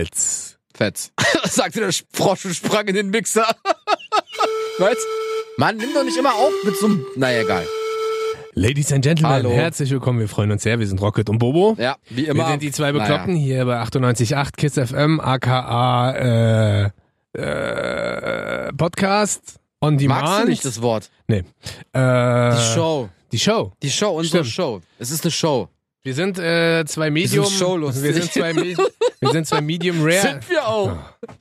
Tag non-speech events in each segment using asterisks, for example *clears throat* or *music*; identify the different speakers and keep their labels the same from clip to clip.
Speaker 1: Let's.
Speaker 2: Fetz. *laughs* Sagte der Frosch und sprang in den Mixer. *laughs* Weißt? Mann, nimm doch nicht immer auf mit so einem. Naja, egal.
Speaker 1: Ladies and Gentlemen,
Speaker 2: Hallo.
Speaker 1: herzlich willkommen. Wir freuen uns sehr. Wir sind Rocket und Bobo.
Speaker 2: Ja, wie
Speaker 1: Wir
Speaker 2: immer.
Speaker 1: sind die zwei
Speaker 2: Naja.
Speaker 1: Bekloppten hier bei 98.8 Kiss FM, aka äh, äh, Podcast on Demand.
Speaker 2: Magst du nicht das Wort?
Speaker 1: Nee. Äh,
Speaker 2: Die Show.
Speaker 1: Die Show.
Speaker 2: Die Show, unsere
Speaker 1: Stimmt.
Speaker 2: Show. Es ist eine Show.
Speaker 1: Wir sind äh, zwei Medium.
Speaker 2: showlos.
Speaker 1: wir sind zwei,
Speaker 2: *laughs*
Speaker 1: Me- wir sind zwei Medium Rare.
Speaker 2: Sind wir auch.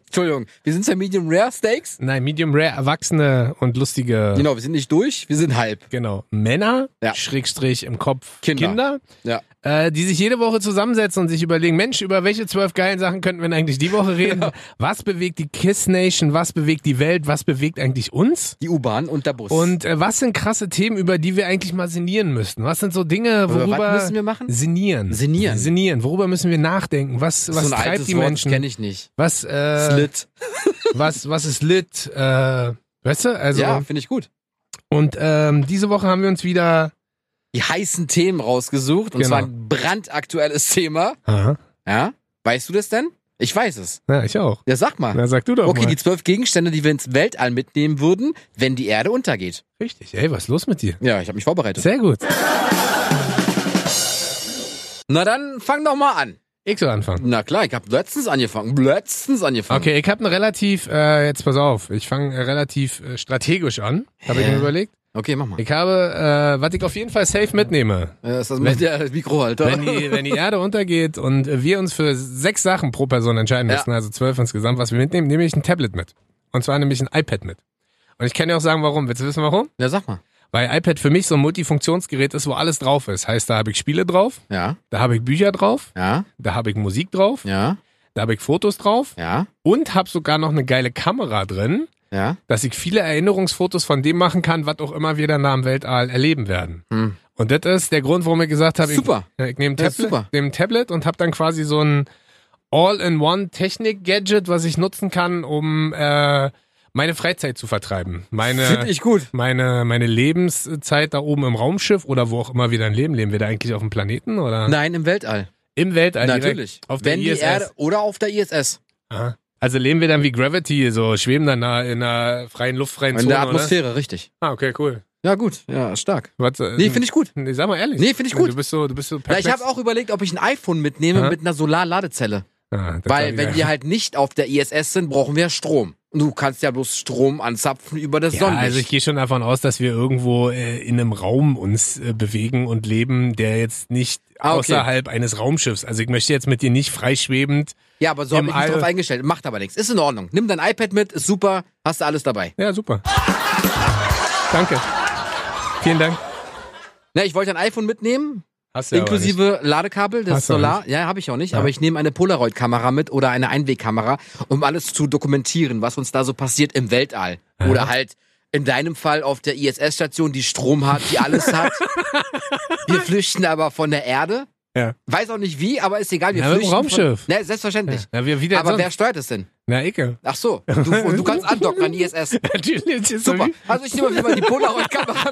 Speaker 2: Entschuldigung. Wir sind ja Medium Rare Steaks.
Speaker 1: Nein, Medium Rare Erwachsene und lustige
Speaker 2: Genau, wir sind nicht durch, wir sind halb.
Speaker 1: genau Männer
Speaker 2: Ja.
Speaker 1: Schrägstrich im Kopf
Speaker 2: Kinder. Ja.
Speaker 1: äh, die sich jede Woche zusammensetzen und sich überlegen, Mensch, über welche zwölf geilen Sachen könnten wir denn eigentlich die Woche reden?
Speaker 2: Genau.
Speaker 1: Was bewegt die Kiss Nation? Was bewegt die Welt? Was bewegt eigentlich uns?
Speaker 2: Die U-Bahn und der Bus.
Speaker 1: Und äh, was sind krasse Themen, über die wir eigentlich mal sinnieren müssten? Was sind so Dinge,
Speaker 2: Über was
Speaker 1: worüber
Speaker 2: müssen wir machen?
Speaker 1: Sinnieren.
Speaker 2: Sinnieren.
Speaker 1: Sinnieren. Worüber müssen wir nachdenken? Was was
Speaker 2: so ein
Speaker 1: treibt
Speaker 2: altes
Speaker 1: die
Speaker 2: Wort,
Speaker 1: Menschen?
Speaker 2: kenne ich nicht.
Speaker 1: Was äh,
Speaker 2: Slit.
Speaker 1: *laughs* was was ist lit? Äh, weißt du? Also
Speaker 2: ja, finde ich gut.
Speaker 1: und ähm, diese Woche haben wir uns wieder
Speaker 2: Die heißen Themen rausgesucht und
Speaker 1: Genau.
Speaker 2: zwar ein brandaktuelles Thema.
Speaker 1: Aha.
Speaker 2: Ja? Weißt du das denn? Ich weiß es.
Speaker 1: Na, ich auch.
Speaker 2: Ja, sag mal.
Speaker 1: Na, sag du doch
Speaker 2: Okay,
Speaker 1: mal.
Speaker 2: die zwölf Gegenstände, die wir ins Weltall mitnehmen würden, wenn die Erde untergeht.
Speaker 1: Richtig. Ey, was ist los mit dir?
Speaker 2: Ja, ich habe mich vorbereitet.
Speaker 1: Sehr gut.
Speaker 2: Na dann fang doch mal an.
Speaker 1: Ich soll anfangen.
Speaker 2: Na klar, ich habe letztens angefangen. Letztens angefangen.
Speaker 1: Okay, ich habe eine relativ, äh, jetzt pass auf, ich fange relativ äh, strategisch an, habe ich
Speaker 2: Hä?
Speaker 1: mir überlegt.
Speaker 2: Okay, mach mal.
Speaker 1: Ich habe, äh, was ich auf jeden Fall safe mitnehme,
Speaker 2: Äh, ist das mit der halt, Mikrohalter?
Speaker 1: wenn die, wenn die Erde untergeht und wir uns für sechs Sachen pro Person entscheiden
Speaker 2: Ja.
Speaker 1: müssen, also zwölf insgesamt, was wir mitnehmen, nehme ich ein Tablet mit. Und zwar nehme ich ein iPad mit. Und ich kann dir auch sagen, warum. Willst du wissen, warum?
Speaker 2: ja, sag mal.
Speaker 1: Weil iPad für mich so ein Multifunktionsgerät ist, wo alles drauf ist. Heißt, da habe ich Spiele drauf,
Speaker 2: Ja,
Speaker 1: da habe ich Bücher drauf,
Speaker 2: ja,
Speaker 1: da habe ich Musik drauf,
Speaker 2: ja,
Speaker 1: da habe ich Fotos drauf
Speaker 2: ja,
Speaker 1: und habe sogar noch eine geile Kamera drin,
Speaker 2: ja.
Speaker 1: dass ich viele Erinnerungsfotos von dem machen kann, was auch immer wir dann nah am Weltall erleben werden.
Speaker 2: Hm.
Speaker 1: Und das ist der Grund, warum ich gesagt habe,
Speaker 2: Super.
Speaker 1: ich, ich nehme ein
Speaker 2: Das ist
Speaker 1: Tablet,
Speaker 2: super.
Speaker 1: nehme ein Tablet und habe dann quasi so ein All-in-One-Technik-Gadget, was ich nutzen kann, um äh, meine Freizeit zu vertreiben.
Speaker 2: Finde
Speaker 1: Meine,
Speaker 2: ich gut.
Speaker 1: meine, meine Lebenszeit da oben im Raumschiff oder wo auch immer wir dann leben. Leben wir da eigentlich auf dem Planeten oder
Speaker 2: Nein, im Weltall.
Speaker 1: im Weltall
Speaker 2: Natürlich.
Speaker 1: direkt auf der
Speaker 2: wenn
Speaker 1: ISS?
Speaker 2: die Erde oder auf der ISS.
Speaker 1: Aha. Also leben wir dann wie Gravity, so schweben dann da in einer freien, luftfreien
Speaker 2: In
Speaker 1: Zone.
Speaker 2: der
Speaker 1: oder?
Speaker 2: Atmosphäre, richtig.
Speaker 1: Ah, okay, cool.
Speaker 2: Ja, gut. Ja, stark.
Speaker 1: Was, äh,
Speaker 2: Nee, finde ich gut.
Speaker 1: Nee, sag mal ehrlich.
Speaker 2: Nee, find ich gut.
Speaker 1: Du bist so, du bist so
Speaker 2: Ja,
Speaker 1: perfekt.
Speaker 2: ich habe auch überlegt, ob ich ein iPhone mitnehme
Speaker 1: Aha.
Speaker 2: mit einer Solarladezelle.
Speaker 1: Ah, das war
Speaker 2: Weil,
Speaker 1: wieder-
Speaker 2: wenn wir halt nicht auf der ISS sind, brauchen wir Strom. Und du kannst ja bloß Strom anzapfen über das
Speaker 1: ja,
Speaker 2: Sonnenlicht.
Speaker 1: also ich gehe schon davon aus, dass wir irgendwo äh, in einem Raum uns äh, bewegen und leben, der jetzt nicht
Speaker 2: Ah, okay.
Speaker 1: außerhalb eines Raumschiffs. Also ich möchte jetzt mit dir nicht freischwebend.
Speaker 2: ja, aber so habe
Speaker 1: im
Speaker 2: ich mich
Speaker 1: All-
Speaker 2: drauf eingestellt. Macht aber nichts. Ist in Ordnung. Nimm dein iPad mit, ist super, hast du alles dabei.
Speaker 1: Ja, super. Danke. Vielen Dank.
Speaker 2: Na, ich wollte ein iPhone mitnehmen,
Speaker 1: Hast du ja aber nicht.
Speaker 2: inklusive Ladekabel, das
Speaker 1: Hast du
Speaker 2: Solar. Ja, habe ich auch nicht, aber ich nehme eine Polaroid-Kamera mit oder eine Einwegkamera, um alles zu dokumentieren, was uns da so passiert im Weltall. Oder halt in deinem Fall auf der ISS-Station, die Strom hat, die alles
Speaker 1: *laughs*
Speaker 2: hat. wir flüchten aber von der Erde.
Speaker 1: Ja.
Speaker 2: Weiß auch nicht wie, aber ist egal. Wir
Speaker 1: Na, mit dem
Speaker 2: flüchten.
Speaker 1: Raumschiff.
Speaker 2: Von, ne, selbstverständlich.
Speaker 1: Na, wir wieder
Speaker 2: Aber wer
Speaker 1: sonst.
Speaker 2: steuert es denn?
Speaker 1: Na, Ecke.
Speaker 2: Ach so, du, und du kannst andocken an ISS.
Speaker 1: *laughs* Natürlich. ist
Speaker 2: Super.
Speaker 1: doch wie-
Speaker 2: Also ich nehme auf jeden Fall die Polaroid-Kamera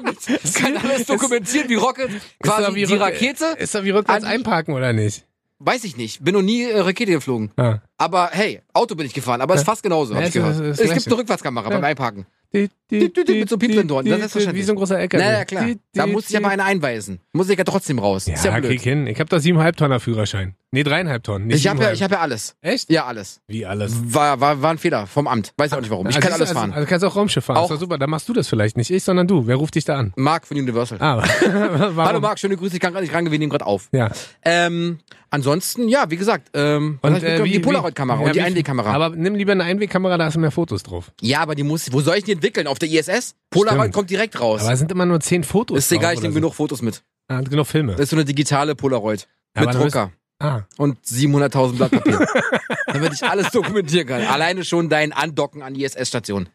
Speaker 1: *laughs*
Speaker 2: mit, kann alles dokumentieren wie Rocket,
Speaker 1: ist doch
Speaker 2: quasi
Speaker 1: wie
Speaker 2: die
Speaker 1: rück-
Speaker 2: Rakete.
Speaker 1: Ist doch wie rückwärts
Speaker 2: An-
Speaker 1: einparken, oder nicht?
Speaker 2: Weiß ich nicht. Bin noch nie äh, Rakete geflogen.
Speaker 1: Ah.
Speaker 2: Aber hey, Auto bin ich gefahren, aber ist fast genauso, hab
Speaker 1: Ja,
Speaker 2: ich
Speaker 1: ist-
Speaker 2: gehört.
Speaker 1: ist- ist
Speaker 2: es
Speaker 1: gleich.
Speaker 2: gibt eine Rückwärtskamera beim Einparken.
Speaker 1: Die,
Speaker 2: Die- die- die- mit so Piepsendoren, das ist
Speaker 1: Wie
Speaker 2: verständlich.
Speaker 1: so ein großer LKW.
Speaker 2: Na ja, klar.
Speaker 1: Die-
Speaker 2: Da
Speaker 1: die-
Speaker 2: muss ich aber eine einweisen. Muss ich ja trotzdem raus.
Speaker 1: Ja,
Speaker 2: ist ja
Speaker 1: krieg
Speaker 2: blöd.
Speaker 1: hin. Ich habe doch siebeneinhalb Tonner Führerschein. Nee, dreieinhalb Tonnen. Nicht
Speaker 2: Ich habe ja,
Speaker 1: siebeneinhalb.
Speaker 2: ich hab ja alles.
Speaker 1: Echt?
Speaker 2: Ja, alles.
Speaker 1: Wie alles.
Speaker 2: War, war, war ein Fehler vom Amt. Weiß auch nicht warum. Ich
Speaker 1: Also siehst
Speaker 2: kann
Speaker 1: du,
Speaker 2: alles
Speaker 1: also,
Speaker 2: fahren.
Speaker 1: Also kannst auch Raumschiff fahren.
Speaker 2: Auch.
Speaker 1: Ist doch super. Dann machst du das vielleicht nicht ich, sondern du. Wer ruft dich da an?
Speaker 2: Marc von Universal.
Speaker 1: Ah, *laughs* warum?
Speaker 2: Hallo Marc, schöne Grüße. Ich kann gerade nicht rangehen, wir nehmen gerade auf.
Speaker 1: Ja.
Speaker 2: Ähm, ansonsten, ja, wie gesagt, ähm, was hab ich mitgenommen?
Speaker 1: äh, wie-
Speaker 2: die
Speaker 1: wie-
Speaker 2: Polaroid-Kamera
Speaker 1: ja,
Speaker 2: und die
Speaker 1: wie-
Speaker 2: Einwegkamera.
Speaker 1: Aber nimm lieber eine Einwegkamera, da hast du mehr Fotos drauf.
Speaker 2: Ja, aber die muss, wo soll ich die entwickeln? Auf der ISS? Polaroid
Speaker 1: Stimmt.
Speaker 2: kommt direkt raus.
Speaker 1: Aber es sind immer nur zehn Fotos.
Speaker 2: ist
Speaker 1: drauf
Speaker 2: egal, ich nehme
Speaker 1: oder
Speaker 2: genug Fotos mit.
Speaker 1: So. Ah, genug Filme.
Speaker 2: Das ist so eine digitale Polaroid.
Speaker 1: Aber
Speaker 2: mit
Speaker 1: dann
Speaker 2: Drucker.
Speaker 1: ah.
Speaker 2: und 700.000 Blatt Papier. *laughs* damit ich alles dokumentieren kann. Alleine schon dein Andocken an die ISS-Station.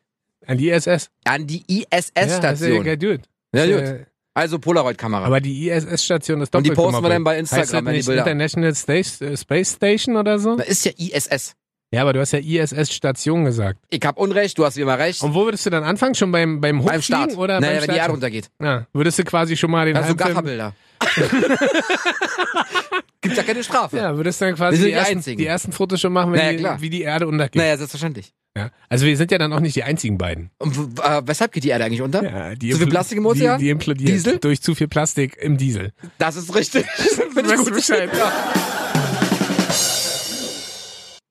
Speaker 1: An die ISS.
Speaker 2: An die
Speaker 1: Ja, das ist ja
Speaker 2: ISS-Station.
Speaker 1: geil, dude.
Speaker 2: Ja,
Speaker 1: Ist,
Speaker 2: gut.
Speaker 1: äh,
Speaker 2: Also Polaroid-Kamera.
Speaker 1: Aber die ISS-Station ist
Speaker 2: Und
Speaker 1: doppelt
Speaker 2: die Ne. posten wir
Speaker 1: gemoppelt.
Speaker 2: dann bei Instagram,
Speaker 1: heißt das
Speaker 2: wenn die
Speaker 1: nicht
Speaker 2: Bilder-
Speaker 1: International Space, äh, Space Station oder so?
Speaker 2: Da ist ja ISS.
Speaker 1: Ja, aber du hast ja ISS-Station gesagt.
Speaker 2: Ich hab Unrecht, du hast wie immer recht.
Speaker 1: Und wo würdest du dann anfangen? Schon beim, beim Hochfliegen
Speaker 2: beim Start.
Speaker 1: oder
Speaker 2: naja,
Speaker 1: beim
Speaker 2: wenn
Speaker 1: Start?
Speaker 2: die Erde runtergeht.
Speaker 1: ja, würdest du quasi schon mal den
Speaker 2: Also
Speaker 1: halben Film- *laughs*
Speaker 2: Gafferbilder. Gibt ja keine Strafe.
Speaker 1: Ja, würdest du dann
Speaker 2: Wir
Speaker 1: quasi
Speaker 2: sind
Speaker 1: die
Speaker 2: die
Speaker 1: ersten,
Speaker 2: Einzigen.
Speaker 1: die ersten Fotos schon machen, wenn
Speaker 2: Naja,
Speaker 1: die,
Speaker 2: klar.
Speaker 1: wie die Erde untergeht.
Speaker 2: Naja, selbstverständlich.
Speaker 1: Ja. Also wir sind ja dann auch nicht die einzigen beiden.
Speaker 2: Und w- äh, weshalb geht die Erde eigentlich unter?
Speaker 1: Ja, die
Speaker 2: Zu viel
Speaker 1: impl-
Speaker 2: Plastik im Ozean?
Speaker 1: Die, die implodiert
Speaker 2: Diesel?
Speaker 1: durch zu viel Plastik im Diesel.
Speaker 2: Das ist
Speaker 1: *laughs*
Speaker 2: richtig. Finde
Speaker 1: Weißt du Bescheid?
Speaker 2: Ja.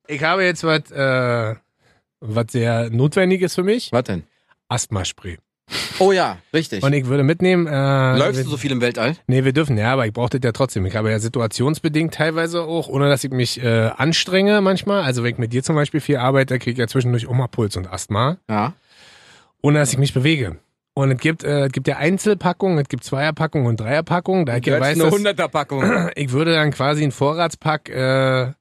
Speaker 1: Ich habe jetzt was äh, was sehr notwendiges für mich.
Speaker 2: *laughs* Was denn?
Speaker 1: Asthmaspray.
Speaker 2: Oh ja, richtig.
Speaker 1: Und ich würde mitnehmen. Äh,
Speaker 2: Läufst
Speaker 1: wir,
Speaker 2: du so viel im Weltall?
Speaker 1: Nee, wir dürfen ja, aber ich brauche das ja trotzdem. Ich habe ja situationsbedingt teilweise auch, ohne dass ich mich äh, anstrenge manchmal. Also wenn ich mit dir zum Beispiel viel arbeite, kriege ich ja zwischendurch auch mal Puls und Asthma.
Speaker 2: Ja.
Speaker 1: ohne dass ich mich bewege. Und es gibt, äh, es gibt ja Einzelpackungen, es gibt Zweierpackungen und Dreierpackungen. Da ich ja weiß, dass, *clears throat*
Speaker 2: 100er Packung.
Speaker 1: *laughs* ich würde dann quasi einen Vorratspack äh,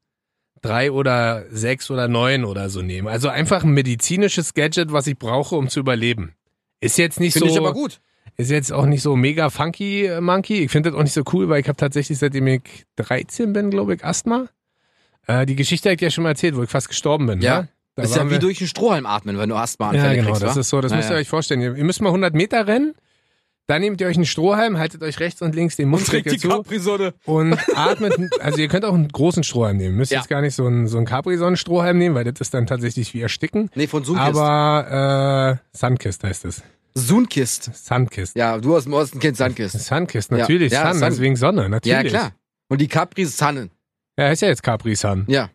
Speaker 1: drei oder sechs oder neun oder so nehmen. Also einfach ein medizinisches Gadget, was ich brauche, um zu überleben. Ist jetzt nicht
Speaker 2: Finde
Speaker 1: so,
Speaker 2: ich aber gut.
Speaker 1: ist jetzt auch nicht so mega funky äh, monkey. Ich finde das auch nicht so cool, weil ich habe tatsächlich, seitdem ich 13 bin, glaube ich, Asthma. Äh, die Geschichte habe ich ja schon mal erzählt, wo ich fast gestorben bin.
Speaker 2: Ja.
Speaker 1: Ne? Da
Speaker 2: Das ist ja
Speaker 1: waren
Speaker 2: wie
Speaker 1: wir-
Speaker 2: durch einen Strohhalm atmen, wenn du Asthmaanfälle
Speaker 1: ja, genau,
Speaker 2: kriegst,
Speaker 1: das
Speaker 2: wa?
Speaker 1: ist so, das müsst ihr
Speaker 2: Naja.
Speaker 1: euch vorstellen. Ihr, ihr müsst mal 100 Meter rennen, dann nehmt ihr euch einen Strohhalm, haltet euch rechts und links den Mundwinkel zu
Speaker 2: Capri-Sonne.
Speaker 1: und
Speaker 2: *laughs*
Speaker 1: atmet, also ihr könnt auch einen großen Strohhalm nehmen. Müsst
Speaker 2: Ja.
Speaker 1: jetzt gar nicht so einen, so einen Capri-Sonnen-Strohhalm nehmen, weil das ist dann tatsächlich wie ersticken.
Speaker 2: Nee, von Sunkist.
Speaker 1: Aber äh, Sunkist heißt es.
Speaker 2: Sunkist.
Speaker 1: Sunkist.
Speaker 2: Ja, du aus dem Osten kennst Sunkist.
Speaker 1: Sunkist,
Speaker 2: Ja.
Speaker 1: natürlich.
Speaker 2: Ja,
Speaker 1: Sun,
Speaker 2: Sun.
Speaker 1: deswegen Sonne, natürlich.
Speaker 2: Ja, klar. Und die Capri-Sannen.
Speaker 1: Ja, ist ja jetzt Capri-Sun.
Speaker 2: Ja.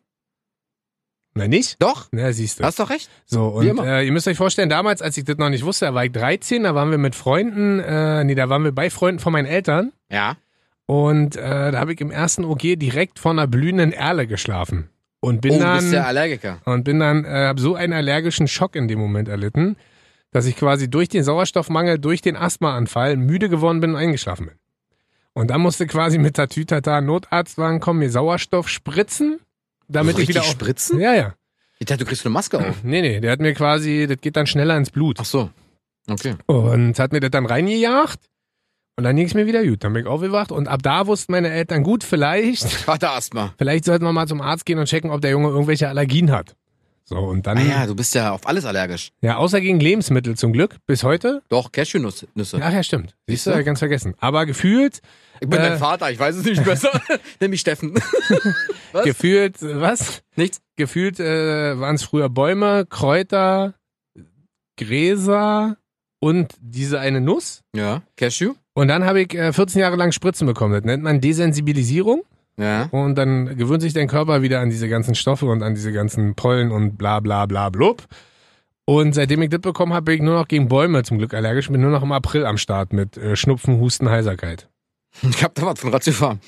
Speaker 1: Na, nicht?
Speaker 2: Doch?
Speaker 1: Na, siehst du.
Speaker 2: Hast doch recht.
Speaker 1: So,
Speaker 2: Wie
Speaker 1: und
Speaker 2: immer.
Speaker 1: äh, ihr müsst euch vorstellen, damals, als ich das noch nicht wusste, da war ich 13, da waren wir mit Freunden, äh, nee, da waren wir bei Freunden von meinen Eltern
Speaker 2: Ja.
Speaker 1: und äh, da habe ich im ersten OG direkt vor einer blühenden Erle geschlafen. Und bin
Speaker 2: oh, du
Speaker 1: dann,
Speaker 2: bist ja Allergiker.
Speaker 1: und bin dann, äh, habe so einen allergischen Schock in dem Moment erlitten, dass ich quasi durch den Sauerstoffmangel, durch den Asthmaanfall müde geworden bin und eingeschlafen bin. Und dann musste quasi mit Tatütata Notarztwagen kommen, mir Sauerstoff spritzen, damit ich
Speaker 2: Richtig
Speaker 1: wieder auf...
Speaker 2: spritzen?
Speaker 1: Ja, ja. *clears throat*
Speaker 2: Ich dachte, du kriegst eine Maske auf.
Speaker 1: Nee, nee, der hat mir quasi, das geht dann schneller ins Blut.
Speaker 2: Ach so.
Speaker 1: *laughs*
Speaker 2: Okay.
Speaker 1: Und hat mir das dann reingejagt. Und dann ging es mir wieder gut. Dann bin ich aufgewacht. Und ab da wussten meine Eltern, gut, vielleicht, *laughs*
Speaker 2: Hatte Asthma.
Speaker 1: vielleicht sollten wir mal zum Arzt gehen und checken, ob der Junge irgendwelche Allergien hat. So, und dann,
Speaker 2: Ah
Speaker 1: ja.
Speaker 2: ja, du bist ja auf alles allergisch.
Speaker 1: außer gegen Lebensmittel zum Glück, bis heute.
Speaker 2: Doch, Cashewnüsse. Nüsse.
Speaker 1: Ach ja, stimmt. Siehst
Speaker 2: Siehst
Speaker 1: du,
Speaker 2: du?
Speaker 1: ja, ganz vergessen. Aber gefühlt,
Speaker 2: Ich bin
Speaker 1: Äh.
Speaker 2: dein Vater, ich weiß es nicht
Speaker 1: *laughs*
Speaker 2: besser. Nenn mich Steffen. Was?
Speaker 1: gefühlt, äh, was?
Speaker 2: Nichts?
Speaker 1: Gefühlt äh, waren es früher Bäume, Kräuter, Gräser und diese eine Nuss.
Speaker 2: Ja. Cashew?
Speaker 1: Und dann habe ich äh, 14 Jahre lang Spritzen bekommen. Das nennt man Desensibilisierung.
Speaker 2: Ja.
Speaker 1: Und dann gewöhnt sich dein Körper wieder an diese ganzen Stoffe und an diese ganzen Pollen und bla bla bla blub. Und seitdem ich das bekommen habe, bin ich nur noch gegen Bäume zum Glück allergisch. Bin nur noch im April am Start mit äh, Schnupfen, Husten, Heiserkeit.
Speaker 2: Ich hab da was von Ratiofarm.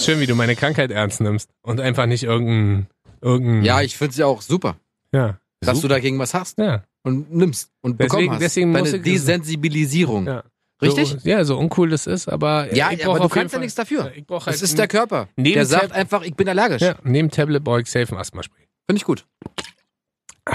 Speaker 1: Schön, wie du meine Krankheit ernst nimmst und einfach nicht irgendein... irgendein
Speaker 2: Ja, ich find's ja auch super,
Speaker 1: ja.
Speaker 2: dass
Speaker 1: So-
Speaker 2: du dagegen was hast
Speaker 1: ja.
Speaker 2: und nimmst und bekommen
Speaker 1: Deswegen-
Speaker 2: hast.
Speaker 1: deswegen muss
Speaker 2: Deine
Speaker 1: ich-
Speaker 2: Desensibilisierung.
Speaker 1: Ja.
Speaker 2: Richtig?
Speaker 1: So, ja, so uncool das ist, aber...
Speaker 2: Ja,
Speaker 1: ich brauch
Speaker 2: aber du
Speaker 1: auf jeden
Speaker 2: kannst ja
Speaker 1: Fall-
Speaker 2: nichts dafür.
Speaker 1: Ich brauch halt
Speaker 2: Das ist der Körper.
Speaker 1: Neben
Speaker 2: Der sagt
Speaker 1: Tab-
Speaker 2: einfach, ich bin allergisch.
Speaker 1: ja, neben Tablet Boy Safe Asthma-Spray.
Speaker 2: Finde ich gut.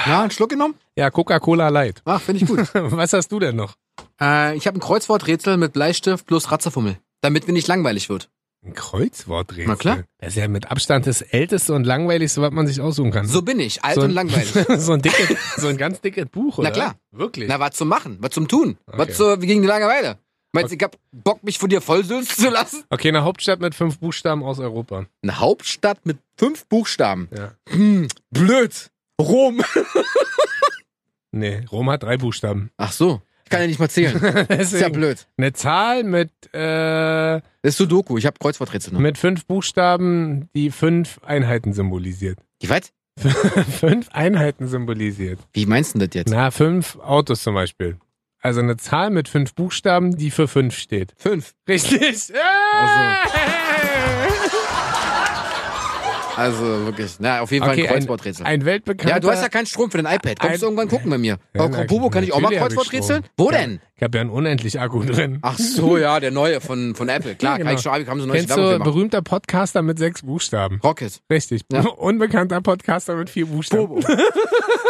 Speaker 2: Ja, einen Schluck genommen?
Speaker 1: Ja, Coca-Cola Light. *laughs*
Speaker 2: Ach, finde ich gut.
Speaker 1: Was hast du denn noch?
Speaker 2: *laughs* äh, ich habe ein Kreuzworträtsel mit Bleistift plus Ratzefummel, damit mir nicht langweilig wird.
Speaker 1: Ein Kreuzworträtsel.
Speaker 2: Na klar.
Speaker 1: Das ist ja mit Abstand das älteste und langweiligste, was man sich aussuchen kann.
Speaker 2: So bin ich, alt
Speaker 1: Mhm. So ein-
Speaker 2: und langweilig.
Speaker 1: *laughs* so ein dickes, so ein ganz dickes Buch, oder?
Speaker 2: Na klar.
Speaker 1: Wirklich.
Speaker 2: Na, was zum Machen, was zum Tun,
Speaker 1: Okay.
Speaker 2: was zur, gegen die Langeweile. Meinst du, ich hab Bock, mich von dir vollsülzen zu lassen?
Speaker 1: okay, eine Hauptstadt mit fünf Buchstaben aus Europa.
Speaker 2: Eine Hauptstadt mit fünf Buchstaben.
Speaker 1: Ja.
Speaker 2: Hm, blöd. Rom.
Speaker 1: Nee, Rom hat drei Buchstaben. *laughs*
Speaker 2: Ach so, ich kann ja nicht mal *laughs* zählen. ist ja
Speaker 1: Deswegen.
Speaker 2: blöd.
Speaker 1: eine Zahl mit, äh,
Speaker 2: Das ist Sudoku, ich hab Kreuzworträtsel noch.
Speaker 1: mit fünf Buchstaben, die fünf Einheiten symbolisiert.
Speaker 2: Wie weit?
Speaker 1: fünf Einheiten symbolisiert.
Speaker 2: Wie meinst du das jetzt?
Speaker 1: Na, fünf Autos zum Beispiel. Also eine Zahl mit fünf Buchstaben, die für fünf steht.
Speaker 2: Fünf.
Speaker 1: Richtig. Äh!
Speaker 2: Also wirklich, na, auf jeden Fall
Speaker 1: Okay,
Speaker 2: ein
Speaker 1: ein-
Speaker 2: Kreuzworträtsel.
Speaker 1: Ein weltbekannter.
Speaker 2: ja, du hast ja keinen Strom für dein iPad. Kommst
Speaker 1: ein-
Speaker 2: du irgendwann gucken bei mir? oh,
Speaker 1: na,
Speaker 2: Kobobo, kann ich auch mal
Speaker 1: natürlich hab ich
Speaker 2: Kreuzwort rätseln?
Speaker 1: Strom.
Speaker 2: Wo
Speaker 1: Ja.
Speaker 2: denn? Ah,
Speaker 1: Ich habe ja einen unendlich Akku drin.
Speaker 2: Ach *laughs* so, ja, der neue von, von Apple. Klar,
Speaker 1: Ja,
Speaker 2: kann ich
Speaker 1: genau.
Speaker 2: schon, haben sie neulich
Speaker 1: Kennst
Speaker 2: Werbung
Speaker 1: du
Speaker 2: gemacht.
Speaker 1: berühmter Podcaster mit sechs Buchstaben?
Speaker 2: Rocket.
Speaker 1: Richtig. *laughs*
Speaker 2: Ja.
Speaker 1: Unbekannter Podcaster mit vier Buchstaben. *laughs*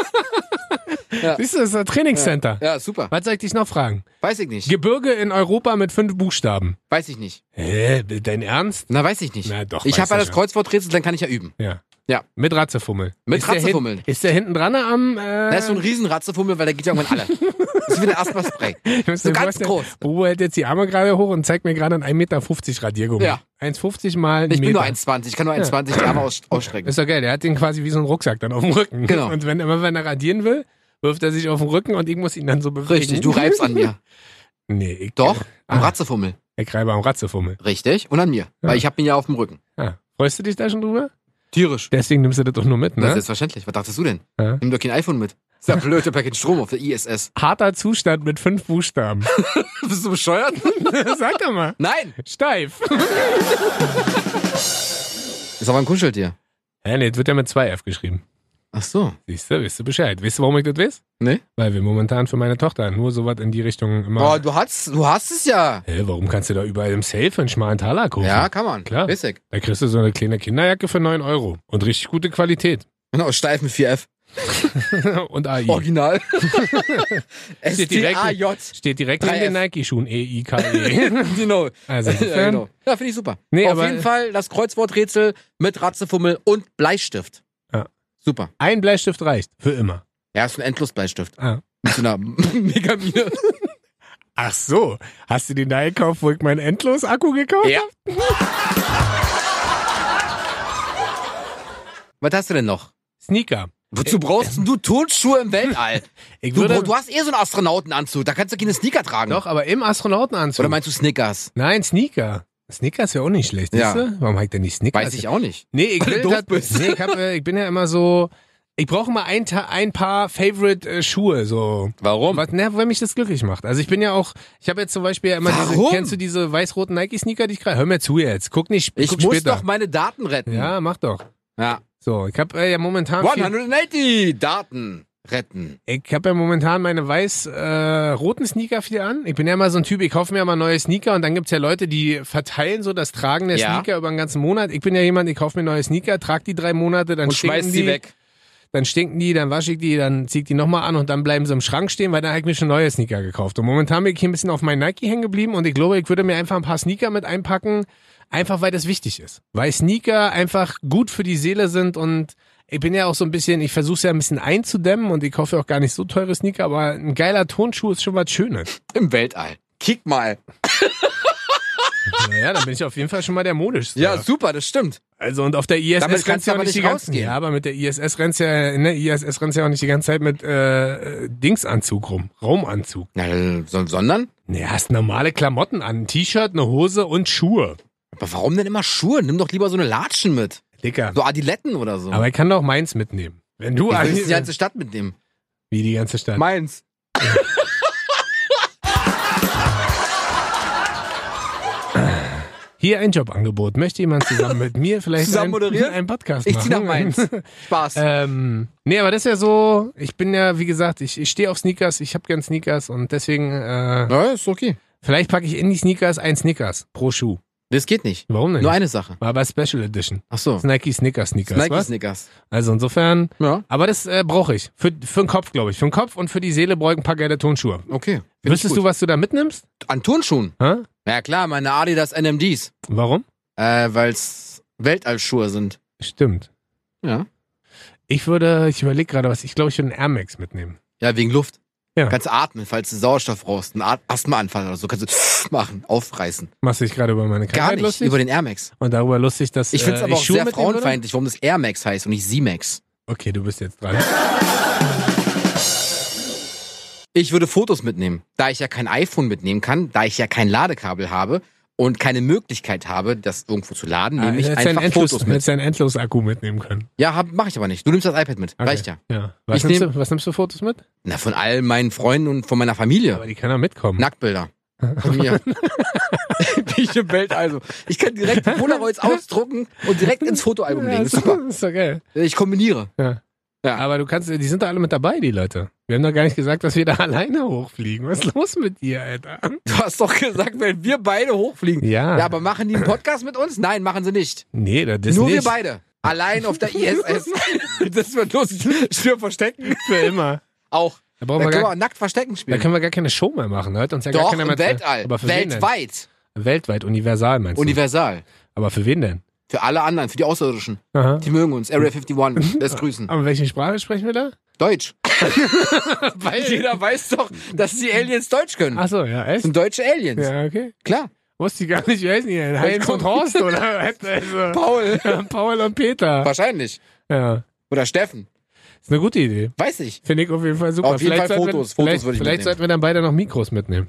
Speaker 1: Siehst du, das ist ein Trainingscenter.
Speaker 2: Ja, super.
Speaker 1: Was soll ich dich noch fragen?
Speaker 2: Weiß ich nicht.
Speaker 1: Gebirge in Europa mit fünf Buchstaben.
Speaker 2: Weiß ich nicht.
Speaker 1: Hä? Dein Ernst?
Speaker 2: Na, weiß ich nicht.
Speaker 1: Na doch,
Speaker 2: ich
Speaker 1: weiß
Speaker 2: habe ja
Speaker 1: ich
Speaker 2: das
Speaker 1: ja.
Speaker 2: Kreuzworträtsel, dann kann ich ja üben.
Speaker 1: Ja.
Speaker 2: Ja.
Speaker 1: Mit Ratzefummel.
Speaker 2: Mit
Speaker 1: ist der hin-
Speaker 2: Ratzefummel.
Speaker 1: Ist der hinten dran am. Äh,
Speaker 2: Da ist so ein Riesenratzefummel, weil der geht ja irgendwann *laughs* alle. Das ist wie der Asthma-Spray.
Speaker 1: müsst
Speaker 2: *laughs*
Speaker 1: ihr
Speaker 2: *laughs* so ganz
Speaker 1: vorstellen,
Speaker 2: groß.
Speaker 1: Bobo hält jetzt die Arme gerade hoch und zeigt mir gerade einen 1,50 Meter Radiergummi.
Speaker 2: Ja.
Speaker 1: 1,50 mal. einen
Speaker 2: Ich bin
Speaker 1: Meter.
Speaker 2: nur 1,20, ich kann nur 1,20 die Arme aus, ausstrecken.
Speaker 1: Ist doch geil, der hat den quasi wie so einen Rucksack dann auf dem Rücken.
Speaker 2: Genau.
Speaker 1: Und wenn, immer wenn er radieren will, wirft er sich auf den Rücken und ich muss ihn dann so bewegen.
Speaker 2: Richtig, du reibst an mir.
Speaker 1: *laughs* Nee, ich.
Speaker 2: Doch, am
Speaker 1: Ah.
Speaker 2: Ratzefummel.
Speaker 1: Ich reibe am Ratzefummel.
Speaker 2: Richtig, und an mir. Weil ich habe ihn ja auf dem Rücken.
Speaker 1: Ja. Ah, Freust du dich da schon drüber?
Speaker 2: Tierisch.
Speaker 1: Deswegen nimmst du das doch nur mit,
Speaker 2: Na,
Speaker 1: ne?
Speaker 2: selbstverständlich. Was dachtest du denn?
Speaker 1: Ja.
Speaker 2: Nimm doch kein iPhone mit. Ist ja blöd, der Packet Strom auf der ISS.
Speaker 1: *laughs* Harter Zustand mit fünf Buchstaben. *laughs*
Speaker 2: Bist du bescheuert?
Speaker 1: Sag doch mal.
Speaker 2: *laughs* Nein!
Speaker 1: Steif.
Speaker 2: Ist aber ein Kuscheltier.
Speaker 1: Ja, nee, das wird ja mit zwei F geschrieben.
Speaker 2: Ach so.
Speaker 1: Siehst du, weißt du Bescheid. Weißt du, warum ich das weiß?
Speaker 2: Nee?
Speaker 1: Weil wir momentan für meine Tochter nur sowas in die Richtung
Speaker 2: Boah,
Speaker 1: immer.
Speaker 2: du hast, du hast es ja.
Speaker 1: Hä, warum kannst du da überall im Sale für einen schmalen Taler kaufen?
Speaker 2: Ja, kann man.
Speaker 1: Oh. Klar.
Speaker 2: Basic.
Speaker 1: Da kriegst du so eine kleine Kinderjacke für 9 Euro. Und richtig gute Qualität. *laughs*
Speaker 2: Genau, steif mit 4F.
Speaker 1: Und AI.
Speaker 2: Original.
Speaker 1: *laughs*
Speaker 2: *laughs*
Speaker 1: Steht direkt-
Speaker 2: S-T-A-J.
Speaker 1: *laughs* Steht direkt in
Speaker 2: 3F.
Speaker 1: den Nike-Schuhen. E E-I-K-E.
Speaker 2: *laughs* Genau.
Speaker 1: Also
Speaker 2: Ja,
Speaker 1: insofern,
Speaker 2: genau. ja finde ich super.
Speaker 1: Nee,
Speaker 2: Auf
Speaker 1: aber-
Speaker 2: jeden Fall das Kreuzworträtsel mit Ratzefummel und Bleistift.
Speaker 1: Ja.
Speaker 2: Super.
Speaker 1: ein Bleistift reicht. Für immer.
Speaker 2: Ja, ist ein Endlosbleistift.
Speaker 1: Ah.
Speaker 2: Mit so einer *laughs* Megamine.
Speaker 1: Ach so. Hast du den da gekauft, wo ich meinen Endlos-Akku gekauft
Speaker 2: Ja.
Speaker 1: habe?
Speaker 2: Was hast du denn noch?
Speaker 1: Sneaker.
Speaker 2: Wozu brauchst denn du Turnschuhe im Weltall?
Speaker 1: Ich
Speaker 2: Du,
Speaker 1: würde,
Speaker 2: du hast eh so einen Astronautenanzug, da kannst du keine Sneaker tragen.
Speaker 1: doch, aber im Astronautenanzug.
Speaker 2: Oder meinst du Sneakers?
Speaker 1: Nein, Sneaker. Sneaker ist ja auch nicht schlecht,
Speaker 2: Ja.
Speaker 1: ja. siehst du? Warum halt denn nicht Sneaker?
Speaker 2: Weiß ich auch nicht.
Speaker 1: Nee, ich,
Speaker 2: Weil
Speaker 1: will
Speaker 2: du doof
Speaker 1: dat-
Speaker 2: bist.
Speaker 1: nee ich, hab, äh, ich bin ja immer so, ich brauche mal ein, Ta- ein paar Favorite äh, Schuhe, so.
Speaker 2: Warum?
Speaker 1: Was, na, weil mich das glücklich macht. Also ich bin ja auch, ich habe jetzt zum Beispiel ja immer diese,
Speaker 2: Warum?
Speaker 1: kennst du diese weiß-roten Nike-Sneaker, die ich gerade, hör mir zu jetzt, guck nicht,
Speaker 2: Ich
Speaker 1: guck
Speaker 2: muss
Speaker 1: später.
Speaker 2: doch meine Daten retten.
Speaker 1: ja, mach doch.
Speaker 2: ja.
Speaker 1: So, ich habe äh, ja momentan, viel,
Speaker 2: 180 Daten retten.
Speaker 1: ich habe ja momentan meine weiß-roten Sneaker viel an. Ich bin ja immer so ein Typ, ich kaufe mir immer neue Sneaker und dann gibt's ja Leute, die verteilen so das Tragen der
Speaker 2: Ja.
Speaker 1: Sneaker über einen ganzen Monat. Ich bin ja jemand, ich kaufe mir neue Sneaker, trage die drei Monate, dann
Speaker 2: Und
Speaker 1: stinken
Speaker 2: schmeißt
Speaker 1: die,
Speaker 2: sie weg.
Speaker 1: dann stinken die, dann wasche ich die, dann zieh ich die nochmal an und dann bleiben sie im Schrank stehen, weil dann habe ich mir schon neue Sneaker gekauft. Und momentan bin ich hier ein bisschen auf meinen Nike hängen geblieben und ich glaube, ich würde mir einfach ein paar Sneaker mit einpacken, einfach weil das wichtig ist. Weil Sneaker einfach gut für die Seele sind und ich bin ja auch so ein bisschen, ich versuche es ja ein bisschen einzudämmen und ich kaufe ja auch gar nicht so teure Sneaker, aber ein geiler Tonschuh ist schon was Schönes.
Speaker 2: Im Weltall. Kick mal.
Speaker 1: Naja, dann bin ich auf jeden Fall schon mal der modischste.
Speaker 2: Ja, super, das stimmt.
Speaker 1: Also und auf der ISS
Speaker 2: Damit kannst
Speaker 1: rennst
Speaker 2: du
Speaker 1: ja auch
Speaker 2: aber
Speaker 1: nicht die
Speaker 2: nicht
Speaker 1: ganzen,
Speaker 2: rausgehen.
Speaker 1: Ja, aber mit der ISS rennst du ja, ne, ISS rennst ja auch nicht die ganze Zeit mit äh, äh, Dingsanzug rum, Raumanzug.
Speaker 2: Na, äh, so- sondern?
Speaker 1: Ne, hast normale Klamotten an, ein T-Shirt, eine Hose und Schuhe.
Speaker 2: Aber warum denn immer Schuhe? Nimm doch lieber so eine Latschen mit.
Speaker 1: Dicker.
Speaker 2: So Adiletten oder so.
Speaker 1: Aber ich kann doch meins mitnehmen. Wenn du
Speaker 2: ich will
Speaker 1: Adi-
Speaker 2: nicht die ganze Stadt mitnehmen.
Speaker 1: *laughs* wie die ganze Stadt.
Speaker 2: Meins.
Speaker 1: Hier ein Jobangebot. Möchte jemand zusammen mit
Speaker 2: *laughs*
Speaker 1: mir vielleicht
Speaker 2: Zusammen
Speaker 1: ein-
Speaker 2: moderieren?
Speaker 1: einen Podcast
Speaker 2: Ich
Speaker 1: machen?
Speaker 2: zieh
Speaker 1: *laughs*
Speaker 2: nach Mainz. Spaß.
Speaker 1: Ähm, nee, aber das ist ja so, ich bin ja, wie gesagt, ich, ich stehe auf Sneakers, ich habe gern Sneakers und deswegen, äh,
Speaker 2: ja, ist okay.
Speaker 1: vielleicht packe ich in die Sneakers ein Snickers pro Schuh.
Speaker 2: Das geht nicht.
Speaker 1: Warum denn?
Speaker 2: Nur eine Sache.
Speaker 1: War bei Special Edition.
Speaker 2: Ach so.
Speaker 1: Nike Snickers Sneakers,
Speaker 2: Nike
Speaker 1: was?
Speaker 2: Snickers.
Speaker 1: Also insofern,
Speaker 2: Ja,
Speaker 1: aber das äh, brauche ich. Für, für den Kopf, glaube ich. Für den Kopf und für die Seele brauche ich ein paar geile Tonschuhe.
Speaker 2: okay.
Speaker 1: Wüsstest du, was du da mitnimmst?
Speaker 2: du an Turnschuhen?
Speaker 1: Hä?
Speaker 2: Ja klar, meine Adidas NMDs,
Speaker 1: Warum?
Speaker 2: äh, weil's Weltallschuhe sind.
Speaker 1: Stimmt.
Speaker 2: Ja.
Speaker 1: Ich würde, ich überlege gerade was, ich glaube, ich würde einen Air Max mitnehmen.
Speaker 2: Ja, wegen Luft.
Speaker 1: Ja.
Speaker 2: Kannst atmen, falls du Sauerstoff brauchst, einen At- Asthmaanfall oder so, kannst du *laughs* machen, aufreißen.
Speaker 1: Machst du dich gerade über meine
Speaker 2: Gar
Speaker 1: Krankheit
Speaker 2: nicht
Speaker 1: lustig?
Speaker 2: über den Air Max.
Speaker 1: und darüber lustig, dass
Speaker 2: Ich find's
Speaker 1: äh,
Speaker 2: aber auch
Speaker 1: Schuhe
Speaker 2: sehr
Speaker 1: mitnehmen würde?
Speaker 2: frauenfeindlich, warum das Air Max heißt und nicht Z-Max.
Speaker 1: Okay, du bist jetzt dran.
Speaker 2: Ich würde Fotos mitnehmen. Da ich ja kein iPhone mitnehmen kann, da ich ja kein Ladekabel habe und keine Möglichkeit habe, das irgendwo zu laden, nehme ich
Speaker 1: hättest du einen
Speaker 2: einfach
Speaker 1: Endlos,
Speaker 2: Fotos mit.
Speaker 1: hättest du einen Endlos-Akku mitnehmen können.
Speaker 2: Ja, hab, mach ich aber nicht. Du nimmst das iPad mit.
Speaker 1: Okay.
Speaker 2: Reicht ja.
Speaker 1: Ja. Was,
Speaker 2: Ich
Speaker 1: nimmst
Speaker 2: nehm-
Speaker 1: du, was nimmst du Fotos mit?
Speaker 2: Na, von all meinen Freunden und von meiner Familie.
Speaker 1: Aber die kann ja mitkommen.
Speaker 2: Nacktbilder. Von *laughs* mir. Bin ich im Weltall. so. Ich kann direkt die *laughs* Polaroids ausdrucken und direkt ins Fotoalbum legen. Ist Super.
Speaker 1: ist doch geil.
Speaker 2: Ich kombiniere.
Speaker 1: Aber du kannst, die sind da alle mit dabei, die Leute. Wir haben doch gar nicht gesagt, dass wir da *laughs* alleine hochfliegen. Was ist los mit dir, Alter?
Speaker 2: Du hast doch gesagt, wenn wir beide hochfliegen.
Speaker 1: Ja.
Speaker 2: Ja, aber machen die einen Podcast mit uns? Nein, machen sie nicht.
Speaker 1: Nee, das ist
Speaker 2: Nur
Speaker 1: nicht
Speaker 2: wir beide. Allein auf der ISS. das wird lustig. Schön verstecken.
Speaker 1: *laughs* für immer.
Speaker 2: Auch.
Speaker 1: Da,
Speaker 2: Da
Speaker 1: brauchen wir
Speaker 2: können wir
Speaker 1: gar,
Speaker 2: auch nackt verstecken
Speaker 1: da
Speaker 2: spielen.
Speaker 1: können wir gar keine Show mehr machen. Da hört uns ja gar
Speaker 2: Doch,
Speaker 1: keiner
Speaker 2: im
Speaker 1: mehr zu.
Speaker 2: Weltall.
Speaker 1: Aber ne? für Wen
Speaker 2: Weltweit.
Speaker 1: denn? Weltweit, universal meinst du?
Speaker 2: Universal.
Speaker 1: Aber für wen denn?
Speaker 2: Für alle anderen, für die Außerirdischen.
Speaker 1: Aha.
Speaker 2: Die mögen uns. Area
Speaker 1: *laughs*
Speaker 2: 51. Das grüßen.
Speaker 1: Aber welche Sprache sprechen wir da? *laughs*
Speaker 2: Deutsch. Weil jeder weiß doch, dass die Aliens Deutsch können. Das
Speaker 1: Achso, ja, echt?
Speaker 2: sind deutsche Aliens.
Speaker 1: Ah. Ja, okay.
Speaker 2: Klar.
Speaker 1: Wusste ich gar nicht, wie heißen die denn? Heinz und Horst, oder? *laughs* Also,
Speaker 2: Paul.
Speaker 1: Paul und Peter.
Speaker 2: *laughs* Wahrscheinlich.
Speaker 1: Ja,
Speaker 2: Oder Steffen.
Speaker 1: ist eine gute Idee.
Speaker 2: Weiß ich.
Speaker 1: Finde ich auf jeden Fall super.
Speaker 2: Auf jeden
Speaker 1: vielleicht
Speaker 2: Fall
Speaker 1: sollten
Speaker 2: Fotos. Fotos
Speaker 1: Wir, vielleicht
Speaker 2: würde ich
Speaker 1: vielleicht
Speaker 2: mitnehmen.
Speaker 1: sollten wir dann beide noch Mikros mitnehmen.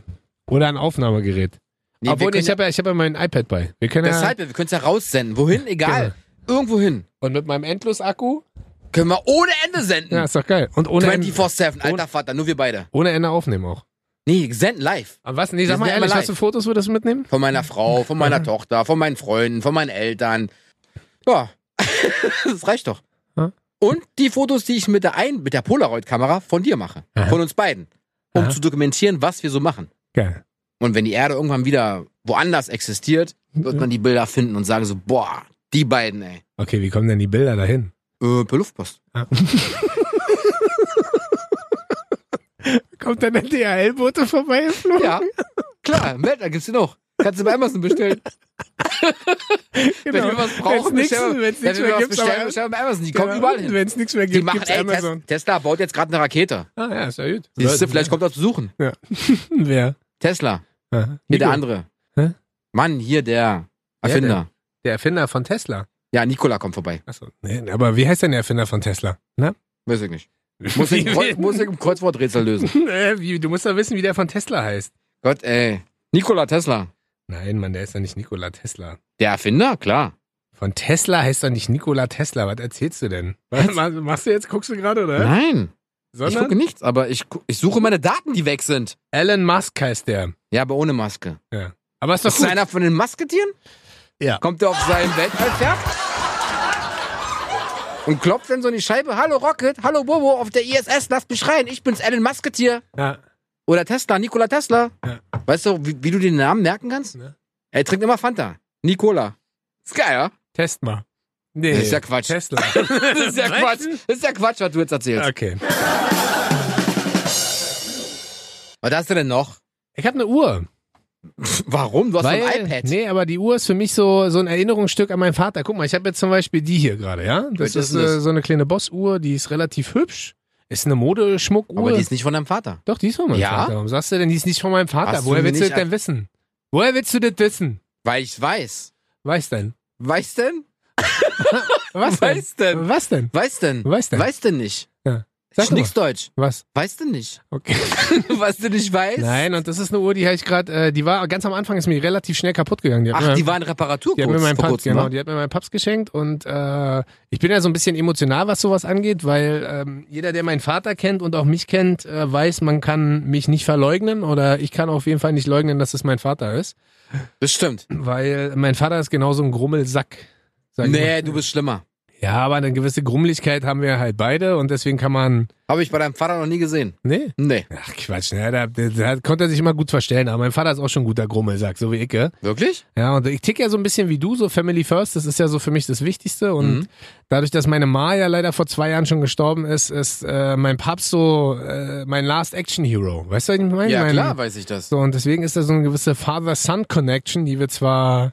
Speaker 1: Oder ein Aufnahmegerät.
Speaker 2: Nee, wir
Speaker 1: Obwohl,
Speaker 2: können
Speaker 1: ich habe ja, ich hab ja mein iPad bei. Wir können
Speaker 2: ja,
Speaker 1: ja,
Speaker 2: deshalb, wir können es ja raussenden. Wohin? Egal. Irgendwo hin.
Speaker 1: und mit meinem Endlos-Akku?
Speaker 2: Können wir ohne Ende senden.
Speaker 1: Ja, ist doch geil. Und ohne, Ende,
Speaker 2: 24-7, alter Vater, nur wir beide.
Speaker 1: ohne Ende aufnehmen auch.
Speaker 2: Nee, senden live.
Speaker 1: Aber was? Nee,
Speaker 2: Wir
Speaker 1: sag
Speaker 2: sind
Speaker 1: mal
Speaker 2: ja
Speaker 1: ehrlich,
Speaker 2: immer
Speaker 1: was für Fotos würdest du mitnehmen?
Speaker 2: Von meiner Frau, von meiner Tochter, von meinen Freunden, von meinen Eltern. Ja. *laughs* das reicht doch.
Speaker 1: Ja.
Speaker 2: Und die Fotos, die ich mit der, ein mit der Polaroid-Kamera von dir mache.
Speaker 1: Aha.
Speaker 2: Von uns beiden. Um
Speaker 1: Aha.
Speaker 2: zu dokumentieren, was wir so machen.
Speaker 1: Geil.
Speaker 2: Und wenn die Erde irgendwann wieder woanders existiert, wird man die Bilder finden und sagen so, boah, die beiden, ey.
Speaker 1: Okay, wie kommen denn die Bilder dahin?
Speaker 2: Äh, per
Speaker 1: *laughs*
Speaker 2: Luftpost.
Speaker 1: Kommt dann ein DHL-Bote vorbei?
Speaker 2: Ja, klar, Matt, da gibt's die noch. Kannst du bei Amazon bestellen. Wenn wir was brauchen,
Speaker 1: Genau. Wenn's nix-
Speaker 2: bestellen,
Speaker 1: wenn's
Speaker 2: wenn
Speaker 1: nix
Speaker 2: wir
Speaker 1: mehr
Speaker 2: was
Speaker 1: gibt's,
Speaker 2: bestellen,
Speaker 1: aber-
Speaker 2: bestellen wir bei Amazon. Die kommen überall hin.
Speaker 1: Wenn es nichts mehr
Speaker 2: Die
Speaker 1: gibt,
Speaker 2: machen,
Speaker 1: gibt's
Speaker 2: ey, Tes-
Speaker 1: Amazon.
Speaker 2: Tesla baut jetzt gerade eine Rakete.
Speaker 1: Ah ja, ist ja gut.
Speaker 2: Siehst du, vielleicht kommt er zu suchen.
Speaker 1: Wer?
Speaker 2: Tesla,
Speaker 1: Ja.
Speaker 2: hier
Speaker 1: Nico.
Speaker 2: der andere.
Speaker 1: Hä?
Speaker 2: Mann, hier der Erfinder.
Speaker 1: Der Erfinder von Tesla.
Speaker 2: Ja, Nikola kommt vorbei.
Speaker 1: Achso. Nee, aber wie heißt denn der Erfinder von Tesla? Na?
Speaker 2: Weiß ich nicht.
Speaker 1: *laughs*
Speaker 2: Muss ich, im Kreuz- muss ich im Kreuzworträtsel lösen.
Speaker 1: Äh, wie, du musst doch wissen, wie der von Tesla heißt.
Speaker 2: Gott, ey. Nikola Tesla.
Speaker 1: Nein, Mann, der ist doch nicht Nikola Tesla.
Speaker 2: Der Erfinder? Klar.
Speaker 1: Von Tesla heißt doch nicht Nikola Tesla. Was erzählst du denn? Was? *laughs* Machst du jetzt, guckst du gerade, oder?
Speaker 2: Nein. Ich
Speaker 1: Sondern
Speaker 2: gucke nichts, aber ich, gu- ich suche meine Daten, die weg sind.
Speaker 1: Elon Musk heißt der.
Speaker 2: Ja, aber ohne Maske.
Speaker 1: Aber ist doch
Speaker 2: Ist das
Speaker 1: gut.
Speaker 2: einer von den Masketieren?
Speaker 1: Ja.
Speaker 2: Kommt er auf sein Weltallpferd? Und klopft dann so in die Scheibe. Hallo Rocket, hallo Bobo auf der ISS, lasst mich rein. Ich bin's, Elon Musketier.
Speaker 1: Ja.
Speaker 2: Oder Tesla, Nikola Tesla.
Speaker 1: Ja.
Speaker 2: Weißt du, wie, wie du den Namen merken kannst?
Speaker 1: Ja.
Speaker 2: Er trinkt immer Fanta. Nikola. Ist geil, ja?
Speaker 1: Test mal. Nee.
Speaker 2: Das ist ja Quatsch.
Speaker 1: Tesla.
Speaker 2: *laughs* Das ist ja Quatsch. Das ist ja Quatsch, was du jetzt erzählst.
Speaker 1: Okay.
Speaker 2: Was hast du denn noch?
Speaker 1: Ich habe eine Uhr.
Speaker 2: Warum? Du hast
Speaker 1: Weil,
Speaker 2: doch ein iPad.
Speaker 1: Nee, aber die Uhr ist für mich so, so ein Erinnerungsstück an meinen Vater. Guck mal, ich habe jetzt zum Beispiel die hier gerade, ja? Das
Speaker 2: Welche
Speaker 1: ist
Speaker 2: ist denn
Speaker 1: äh,
Speaker 2: das?
Speaker 1: so eine kleine Boss-Uhr, die ist relativ hübsch. Ist eine Modeschmuckuhr.
Speaker 2: Aber die ist nicht von deinem Vater.
Speaker 1: Doch, die ist von meinem
Speaker 2: Ja?
Speaker 1: Vater. Warum sagst du denn, die ist nicht von meinem Vater?
Speaker 2: Hast du
Speaker 1: Woher
Speaker 2: mir
Speaker 1: willst du
Speaker 2: nicht
Speaker 1: das denn wissen? Woher willst du das wissen?
Speaker 2: Weil ich weiß.
Speaker 1: Weiß denn?
Speaker 2: Weiß denn?
Speaker 1: Was denn?
Speaker 2: Weiß denn?
Speaker 1: Was denn?
Speaker 2: Weiß denn?
Speaker 1: Weiß denn?
Speaker 2: Weiß denn nicht?
Speaker 1: Ja. Sag
Speaker 2: Sag
Speaker 1: doch mal.
Speaker 2: nix Deutsch.
Speaker 1: Was?
Speaker 2: Weißt du nicht?
Speaker 1: *laughs*
Speaker 2: *laughs*
Speaker 1: Okay.
Speaker 2: Was du nicht weißt?
Speaker 1: Nein, und das ist eine Uhr, die habe ich gerade, äh, die war ganz am Anfang ist mir relativ schnell kaputt gegangen. Die hat
Speaker 2: Ach,
Speaker 1: mir-
Speaker 2: die war in Reparatur
Speaker 1: Die hat
Speaker 2: kurz,
Speaker 1: mir mein
Speaker 2: vor
Speaker 1: Paps,
Speaker 2: kurzem. ne?
Speaker 1: genau,
Speaker 2: wa?
Speaker 1: die hat mir mein Paps geschenkt und äh, ich bin ja so ein bisschen emotional, was sowas angeht, weil ähm, jeder, der meinen Vater kennt und auch mich kennt, äh, weiß, man kann mich nicht verleugnen oder ich kann auf jeden Fall nicht leugnen, dass es mein Vater ist,
Speaker 2: Das stimmt.
Speaker 1: weil mein Vater ist genauso ein Grummelsack. sag ich
Speaker 2: Nee,
Speaker 1: mal.
Speaker 2: du bist schlimmer.
Speaker 1: Ja, aber eine gewisse Grummeligkeit haben wir halt beide und deswegen kann man,
Speaker 2: Habe ich bei deinem Vater noch nie gesehen.
Speaker 1: nee,
Speaker 2: Nee.
Speaker 1: ach Quatsch, ne, da, da, da konnte er sich immer gut verstellen, aber mein Vater ist auch schon ein guter Grummelsack, so wie ich, gell?
Speaker 2: Wirklich?
Speaker 1: Ja, und ich tick ja so ein bisschen wie du, so Family First, das ist ja so für mich das Wichtigste. Und
Speaker 2: Mhm.
Speaker 1: dadurch, dass meine Ma ja leider vor zwei Jahren schon gestorben ist, ist äh, mein Papst so äh, mein Last Action Hero. Weißt du, was ich meine?
Speaker 2: Ja,
Speaker 1: mein,
Speaker 2: klar weiß ich das.
Speaker 1: So, und deswegen ist da so eine gewisse Father-Son-Connection, die wir zwar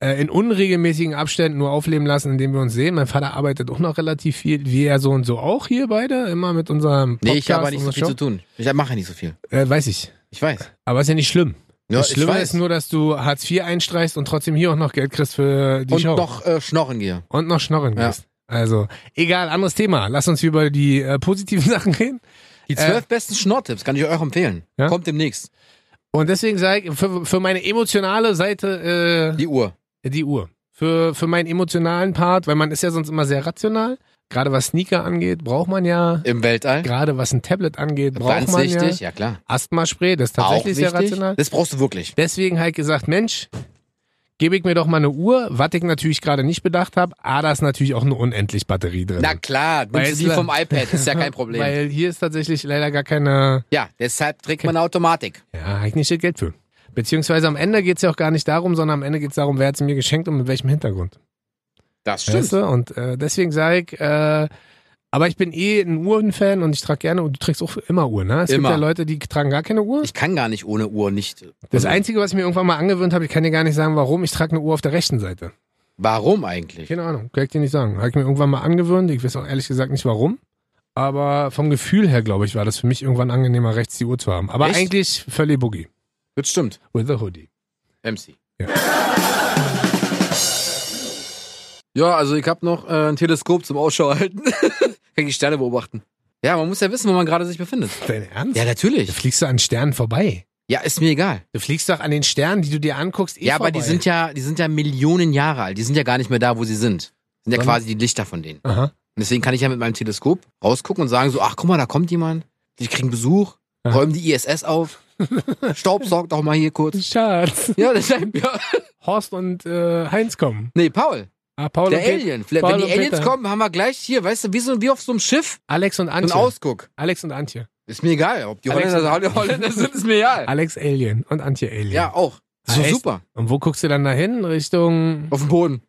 Speaker 1: äh, in unregelmäßigen Abständen nur aufleben lassen, indem wir uns sehen. Mein Vater arbeitet auch noch relativ viel, wie er so und so auch hier beide, immer mit unserem Podcast.
Speaker 2: Nee, ich habe nicht so
Speaker 1: unserer
Speaker 2: viel zu tun. Ich mache nicht so viel.
Speaker 1: Show. Äh, weiß ich.
Speaker 2: Ich weiß.
Speaker 1: Aber ist ja nicht schlimm.
Speaker 2: Ja,
Speaker 1: das
Speaker 2: ich
Speaker 1: Schlimme
Speaker 2: weiß.
Speaker 1: ist nur, dass du Hartz IV einstreichst und trotzdem hier auch noch Geld kriegst für die
Speaker 2: Und
Speaker 1: Show.
Speaker 2: noch äh, schnorren gehe.
Speaker 1: Und noch schnorren
Speaker 2: Ja.
Speaker 1: gehst. Also, egal, anderes Thema. Lass uns über die äh, positiven *laughs* Sachen reden.
Speaker 2: Die
Speaker 1: Äh,
Speaker 2: zwölf besten Schnorrtipps kann ich euch empfehlen.
Speaker 1: Ja?
Speaker 2: Kommt demnächst.
Speaker 1: Und deswegen sage ich, für, für meine emotionale Seite
Speaker 2: Die Uhr.
Speaker 1: äh, die Uhr. Für, für meinen emotionalen Part, weil man ist ja sonst immer sehr rational, Gerade was Sneaker angeht, braucht man ja.
Speaker 2: Im Weltall.
Speaker 1: Gerade was ein Tablet angeht, Genau. braucht
Speaker 2: Ganz
Speaker 1: man
Speaker 2: wichtig,
Speaker 1: ja.
Speaker 2: ja klar.
Speaker 1: Asthmaspray, das ist tatsächlich sehr
Speaker 2: Auch wichtig.
Speaker 1: rational.
Speaker 2: Das brauchst du wirklich.
Speaker 1: Deswegen halt gesagt, Mensch, gebe ich mir doch mal eine Uhr, was ich natürlich gerade nicht bedacht habe. Ah, da ist natürlich auch eine unendlich Batterie drin.
Speaker 2: Na klar, nimmst du die
Speaker 1: Weil-
Speaker 2: vom iPad, ist
Speaker 1: *laughs*
Speaker 2: ja kein Problem.
Speaker 1: Weil hier ist tatsächlich leider gar keine,
Speaker 2: Ja, deshalb trägt man eine Automatik.
Speaker 1: ja, hab ich nicht das Geld für. Beziehungsweise am Ende geht's ja auch gar nicht darum, sondern am Ende geht's darum, wer hat's mir geschenkt und mit welchem Hintergrund.
Speaker 2: Das
Speaker 1: Weißt du? Und äh, deswegen sage ich, äh, aber ich bin eh ein Uhrenfan und ich trage gerne, und du trägst auch immer Uhren, ne? Es gibt
Speaker 2: Immer.
Speaker 1: ja Leute, die tragen gar keine Uhr.
Speaker 2: Ich kann gar nicht ohne Uhr nicht. äh, also
Speaker 1: Das Einzige, was ich mir irgendwann mal angewöhnt habe, ich kann dir gar nicht sagen, warum, ich trage eine Uhr auf der rechten Seite.
Speaker 2: Warum eigentlich?
Speaker 1: Keine Ahnung, kann ich dir nicht sagen. Habe ich mir irgendwann mal angewöhnt. Ich weiß auch ehrlich gesagt nicht warum. Aber vom Gefühl her, glaube ich, war das für mich irgendwann angenehmer, rechts die Uhr zu haben. Aber
Speaker 2: Echt?
Speaker 1: eigentlich völlig Boogie.
Speaker 2: Das stimmt.
Speaker 1: With a Hoodie.
Speaker 2: MC.
Speaker 1: Ja.
Speaker 2: Ja, also ich habe noch äh, ein Teleskop zum Ausschau halten. *laughs* Kann die Sterne beobachten. Ja, man muss ja wissen, wo man gerade sich befindet.
Speaker 1: Dein Ernst?
Speaker 2: Ja,
Speaker 1: Da
Speaker 2: natürlich.
Speaker 1: fliegst du an Sternen vorbei.
Speaker 2: Ja, ist mir egal.
Speaker 1: Du fliegst doch an den Sternen, die du dir anguckst, eh
Speaker 2: ja,
Speaker 1: vorbei.
Speaker 2: aber die sind ja, die sind ja Millionen Jahre alt. Die sind ja gar nicht mehr da, wo sie sind. Sind ja
Speaker 1: Dann-
Speaker 2: quasi die Lichter von denen.
Speaker 1: Aha.
Speaker 2: Und deswegen kann ich ja mit meinem Teleskop rausgucken und sagen so, ach guck mal, da kommt jemand. Die kriegen Besuch,
Speaker 1: Ja.
Speaker 2: räumen die ISS
Speaker 1: *laughs*
Speaker 2: auf, staubsaugt auch mal hier kurz.
Speaker 1: Schatz.
Speaker 2: Ja, *laughs* das ja.
Speaker 1: Horst und äh, Heinz kommen.
Speaker 2: Nee, Paul.
Speaker 1: Ah, Paul
Speaker 2: Der
Speaker 1: und Pet-
Speaker 2: Alien. Vielleicht,
Speaker 1: Paul
Speaker 2: wenn die
Speaker 1: und
Speaker 2: Aliens
Speaker 1: Peter.
Speaker 2: kommen, haben wir gleich hier, weißt du, wie, so, wie auf so einem Schiff,
Speaker 1: Alex und
Speaker 2: so einen
Speaker 1: Antje.
Speaker 2: Ausguck.
Speaker 1: Alex und Antje.
Speaker 2: Ist mir egal, ob die
Speaker 1: Alex-
Speaker 2: Holländer, die Holländer sind, ist mir
Speaker 1: *laughs*
Speaker 2: egal.
Speaker 1: Alex Alien und Antje Alien.
Speaker 2: Ja, auch. Das
Speaker 1: Ah,
Speaker 2: ist doch
Speaker 1: echt?
Speaker 2: super.
Speaker 1: Und wo guckst du dann dahin? Richtung.
Speaker 2: Auf
Speaker 1: *laughs*
Speaker 2: dem Boden.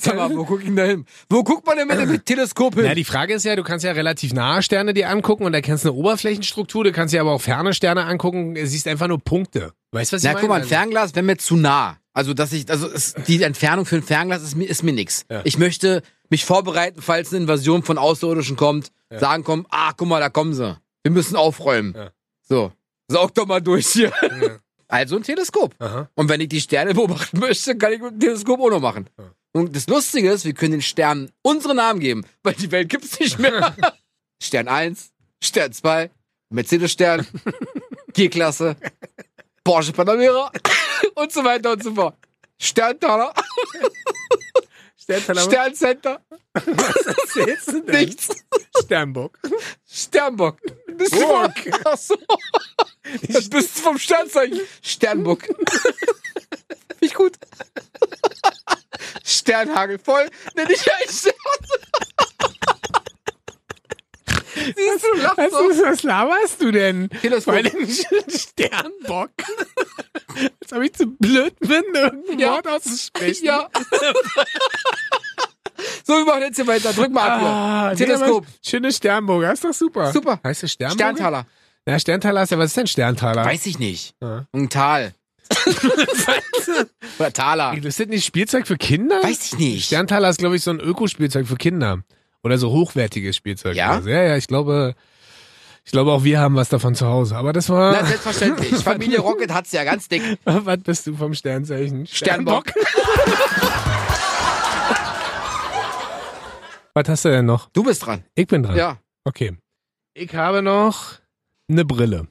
Speaker 2: Sag mal, wo guck ich denn da hin? Wo guckt man denn
Speaker 1: *laughs*
Speaker 2: mit dem Teleskop
Speaker 1: Na,
Speaker 2: hin?
Speaker 1: die Frage ist ja, du kannst ja relativ nahe Sterne dir angucken und erkennst eine Oberflächenstruktur, du kannst dir aber auch ferne Sterne angucken, äh, siehst einfach nur Punkte. Weißt du, was ich
Speaker 2: Na,
Speaker 1: meine?
Speaker 2: guck mal, ein
Speaker 1: Also,
Speaker 2: Fernglas wäre mir zu nah. Also, dass ich, also es, die Entfernung für ein Fernglas ist mir, ist mir nix.
Speaker 1: Ja.
Speaker 2: Ich möchte mich vorbereiten, falls eine Invasion von Außerirdischen kommt,
Speaker 1: Ja.
Speaker 2: sagen kommen, ah, guck mal, da kommen sie. Wir müssen aufräumen.
Speaker 1: Ja.
Speaker 2: So, saug doch mal durch hier.
Speaker 1: Ja.
Speaker 2: *laughs* Also ein Teleskop.
Speaker 1: Aha.
Speaker 2: Und wenn ich die Sterne *laughs* beobachten möchte, kann ich mit dem Teleskop auch noch machen.
Speaker 1: Ja.
Speaker 2: Und das Lustige ist, wir können den Sternen unsere Namen geben, weil die Welt gibt's nicht mehr. Stern 1, Stern 2, Mercedes-Stern, G-Klasse, Porsche Panamera und so weiter und so fort. Sterntaler,
Speaker 1: Sterntaler,
Speaker 2: Sterncenter,
Speaker 1: was erzählst du denn?
Speaker 2: nichts.
Speaker 1: Sternbock.
Speaker 2: Sternbock. Bist du
Speaker 1: Burg.
Speaker 2: vom, ach so. *laughs* Das bist du vom Sternzeichen. Sternbock. Finde ich gut. Sternhagel voll. Nenn ich einen Stern. Siehst du, lachst
Speaker 1: Was,
Speaker 2: so.
Speaker 1: was laberst du denn? Vor
Speaker 2: Teleskop.
Speaker 1: allem *laughs* Sternbock. Als ob ich zu blöd bin, irgendein
Speaker 2: Ja.
Speaker 1: Wort auszusprechen.
Speaker 2: Ja. *laughs* So, wir machen jetzt hier weiter. Drück mal ab.
Speaker 1: Ah,
Speaker 2: hier.
Speaker 1: nee,
Speaker 2: Teleskop.
Speaker 1: aber Schöne Sternburger, ist doch super.
Speaker 2: Super.
Speaker 1: Heißt das Sternburger?
Speaker 2: Sterntaler.
Speaker 1: Ja, Sterntaler ist ja, was ist denn Sterntaler?
Speaker 2: Weiß ich nicht.
Speaker 1: Ja.
Speaker 2: Ein Tal. Oder Taler.
Speaker 1: Ist das nicht Spielzeug für Kinder?
Speaker 2: Weiß ich nicht.
Speaker 1: Sterntaler ist, glaube ich, so ein Ökospielzeug für Kinder. Oder so hochwertiges Spielzeug.
Speaker 2: Ja?
Speaker 1: Also, ja, ja, ich glaube, ich glaube auch wir haben was davon zu Hause. Aber das
Speaker 2: Na,
Speaker 1: war,
Speaker 2: selbstverständlich. Familie Rocket hat's ja ganz dick.
Speaker 1: *laughs* was bist du vom Sternzeichen?
Speaker 2: Sternbock.
Speaker 1: *laughs* was hast du denn noch?
Speaker 2: Du bist dran.
Speaker 1: Ich bin dran.
Speaker 2: Ja.
Speaker 1: Okay. Ich habe noch eine Brille.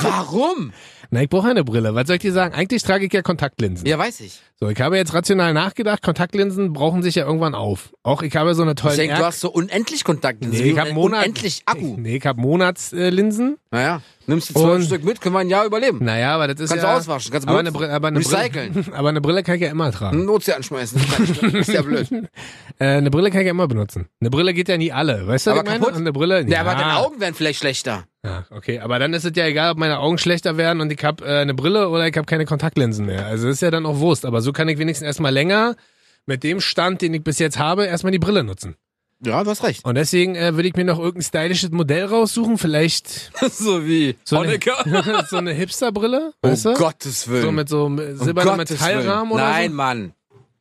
Speaker 2: Warum?
Speaker 1: Na, ich brauche eine Brille. Was soll ich dir sagen? Eigentlich trage ich ja Kontaktlinsen.
Speaker 2: Ja, weiß ich.
Speaker 1: So, ich habe jetzt rational nachgedacht, Kontaktlinsen brauchen sich ja irgendwann auf. Auch ich habe so eine tolle
Speaker 2: Ich denke, du hast so unendlich Kontakt.
Speaker 1: Nee, ich hab Monat-
Speaker 2: Unendlich Akku.
Speaker 1: Nee, ich habe Monatslinsen.
Speaker 2: Naja, nimmst du zwölf
Speaker 1: Und-
Speaker 2: Stück mit, können wir ein Jahr überleben.
Speaker 1: Naja, aber das ist
Speaker 2: Kannst du
Speaker 1: ja...
Speaker 2: auswaschen, kannst du
Speaker 1: aber eine,
Speaker 2: benutzen.
Speaker 1: Brille, aber, eine Brille, *laughs*
Speaker 2: Recyceln. Hm?
Speaker 1: aber eine Brille kann ich ja immer tragen.
Speaker 2: Einen Ozean schmeißen. Ist ja blöd.
Speaker 1: Äh, eine Brille kann ich ja immer benutzen. Eine Brille geht ja nie alle. Weißt du, was
Speaker 2: Aber
Speaker 1: ich meine?
Speaker 2: kaputt?
Speaker 1: Und Eine Brille...
Speaker 2: *laughs* Ja, aber deine
Speaker 1: ja.
Speaker 2: Augen werden vielleicht schlechter.
Speaker 1: Ja, okay. Aber dann ist es ja egal, ob meine Augen schlechter werden und ich habe äh, eine Brille oder ich habe keine Kontaktlinsen mehr. Also das ist ja dann auch Wurst. Aber so kann ich wenigstens erstmal länger mit dem Stand, den ich bis jetzt habe, erstmal die Brille nutzen.
Speaker 2: Ja, du hast recht.
Speaker 1: Und deswegen äh, würde ich mir noch irgendein stylisches Modell raussuchen. Vielleicht
Speaker 2: *laughs* so wie
Speaker 1: so eine,
Speaker 2: Honecker.
Speaker 1: *laughs* so eine Hipsterbrille,
Speaker 2: Oh
Speaker 1: weißt du?
Speaker 2: Gottes Willen. Oh
Speaker 1: So
Speaker 2: Um
Speaker 1: mit so einem silbernen
Speaker 2: Gottes
Speaker 1: Metallrahmen
Speaker 2: Willen.
Speaker 1: oder
Speaker 2: Nein,
Speaker 1: so.
Speaker 2: Mann.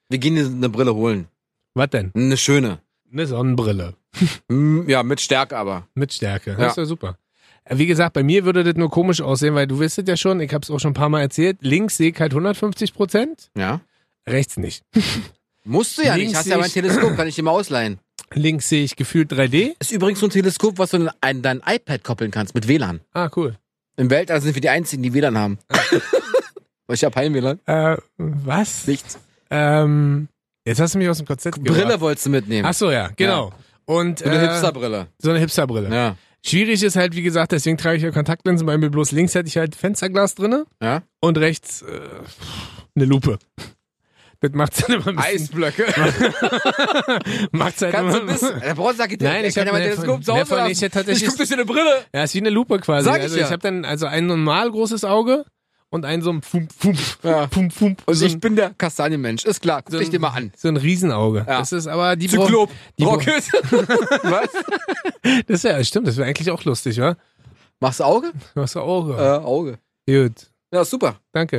Speaker 2: Wir gehen dir eine Brille holen.
Speaker 1: Was denn?
Speaker 2: Eine schöne.
Speaker 1: Eine Sonnenbrille.
Speaker 2: Hm, Ja, mit Stärke aber.
Speaker 1: Mit Stärke.
Speaker 2: Ja.
Speaker 1: Das ist ja super. Äh, Wie gesagt, bei mir würde das nur komisch aussehen, weil du wisst es ja schon, ich habe es auch schon ein paar Mal erzählt, links sehe ich halt 150 Prozent,
Speaker 2: Ja.
Speaker 1: rechts nicht.
Speaker 2: Musst du ja
Speaker 1: Links
Speaker 2: nicht. Hast ja
Speaker 1: sehe
Speaker 2: mein
Speaker 1: ich-
Speaker 2: Teleskop, kann ich dir mal ausleihen.
Speaker 1: Links sehe ich gefühlt 3D.
Speaker 2: Ist übrigens so ein Teleskop, was du an dein iPad koppeln kannst mit WLAN.
Speaker 1: Ah, cool.
Speaker 2: Im Weltall sind wir die Einzigen, die
Speaker 1: *laughs*
Speaker 2: WLAN haben. Weil ich hab Heim-WLAN.
Speaker 1: Äh, was?
Speaker 2: Nichts.
Speaker 1: Ähm, Jetzt hast du mich aus dem KZ
Speaker 2: Brille wolltest du mitnehmen.
Speaker 1: Ach so, ja, genau. Und,
Speaker 2: so eine
Speaker 1: äh,
Speaker 2: Hipsterbrille.
Speaker 1: So eine Hipsterbrille.
Speaker 2: Ja.
Speaker 1: Schwierig ist halt, wie gesagt, deswegen trage ich ja Kontaktlinsen, weil mir bloß links hätte ich halt Fensterglas drinne
Speaker 2: ja.
Speaker 1: und rechts äh, eine Lupe. Das macht's dann immer ein bisschen,
Speaker 2: Eisblöcke.
Speaker 1: macht's halt
Speaker 2: *laughs* Kannst
Speaker 1: immer
Speaker 2: du
Speaker 1: *laughs*
Speaker 2: ein bisschen. Der braucht sagt,
Speaker 1: Nein, ich
Speaker 2: kann
Speaker 1: hab
Speaker 2: ja mal
Speaker 1: mir
Speaker 2: den
Speaker 1: von-
Speaker 2: Scoop zu
Speaker 1: mir
Speaker 2: Hause
Speaker 1: von-
Speaker 2: lassen.
Speaker 1: ich hätte tatsächlich-
Speaker 2: guck durch eine Brille.
Speaker 1: Ja, ist wie eine Lupe quasi.
Speaker 2: Sag ich
Speaker 1: also
Speaker 2: ja.
Speaker 1: ich habe dann also ein normal großes Auge und ein so ein Fump, Fump,
Speaker 2: Ja.
Speaker 1: Fump, Fump.
Speaker 2: Also
Speaker 1: so
Speaker 2: ich
Speaker 1: ein,
Speaker 2: bin der Kastanienmensch, ist klar. Guck dich dir mal an.
Speaker 1: so ein Riesenauge.
Speaker 2: Ja.
Speaker 1: Das ist aber die
Speaker 2: Zyklop,
Speaker 1: die Bro-
Speaker 2: Rocket.
Speaker 1: *laughs*
Speaker 2: Was?
Speaker 1: Das ist ja, stimmt, das wäre eigentlich auch lustig, wa?
Speaker 2: Machst du Auge?
Speaker 1: Du hast ein
Speaker 2: Äh,
Speaker 1: Auge.
Speaker 2: Auge.
Speaker 1: Gut,
Speaker 2: Ja, super.
Speaker 1: danke.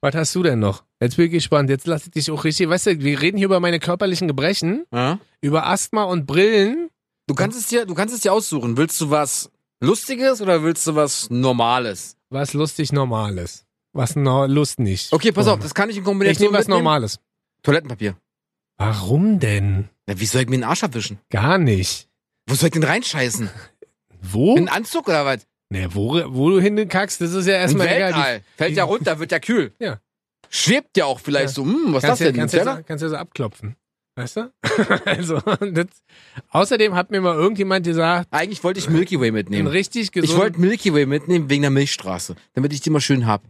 Speaker 1: Was hast du denn noch? Jetzt bin ich gespannt. Jetzt lass ich dich auch richtig. Weißt du, wir reden hier über meine körperlichen Gebrechen, über Asthma und Brillen.
Speaker 2: Du kannst es dir, du kannst es dir aussuchen. Willst du was Lustiges oder willst du was Normales?
Speaker 1: Was lustig Normales. Was no Lust nicht.
Speaker 2: Okay, pass auf, das kann ich
Speaker 1: Oh.
Speaker 2: in
Speaker 1: Ich
Speaker 2: Kombination
Speaker 1: nehme was
Speaker 2: mitnehmen.
Speaker 1: Normales.
Speaker 2: Toilettenpapier.
Speaker 1: Warum denn?
Speaker 2: Na, wie soll ich mir den Arsch abwischen?
Speaker 1: Gar nicht.
Speaker 2: Wo soll ich denn reinscheißen?
Speaker 1: Wo?
Speaker 2: In den Anzug oder was?
Speaker 1: Ne, wo, wo du hinkackst, das ist ja
Speaker 2: Im
Speaker 1: erstmal egal. Die-
Speaker 2: Weltall. Fällt ja runter, wird ja kühl.
Speaker 1: Ja.
Speaker 2: Schwebt ja auch vielleicht
Speaker 1: Ja.
Speaker 2: so, hm, was ist das
Speaker 1: kannst, ja,
Speaker 2: denn?
Speaker 1: kannst,
Speaker 2: Ein
Speaker 1: ja,
Speaker 2: Teller?
Speaker 1: so- kannst ja so abklopfen. Weißt du? *laughs* also, das, außerdem hat mir mal irgendjemand gesagt,
Speaker 2: Eigentlich wollte ich Milky Way
Speaker 1: ein
Speaker 2: mitnehmen.
Speaker 1: richtig
Speaker 2: Ich
Speaker 1: gesund,
Speaker 2: wollte Milky Way mitnehmen wegen der Milchstraße, damit ich die mal schön hab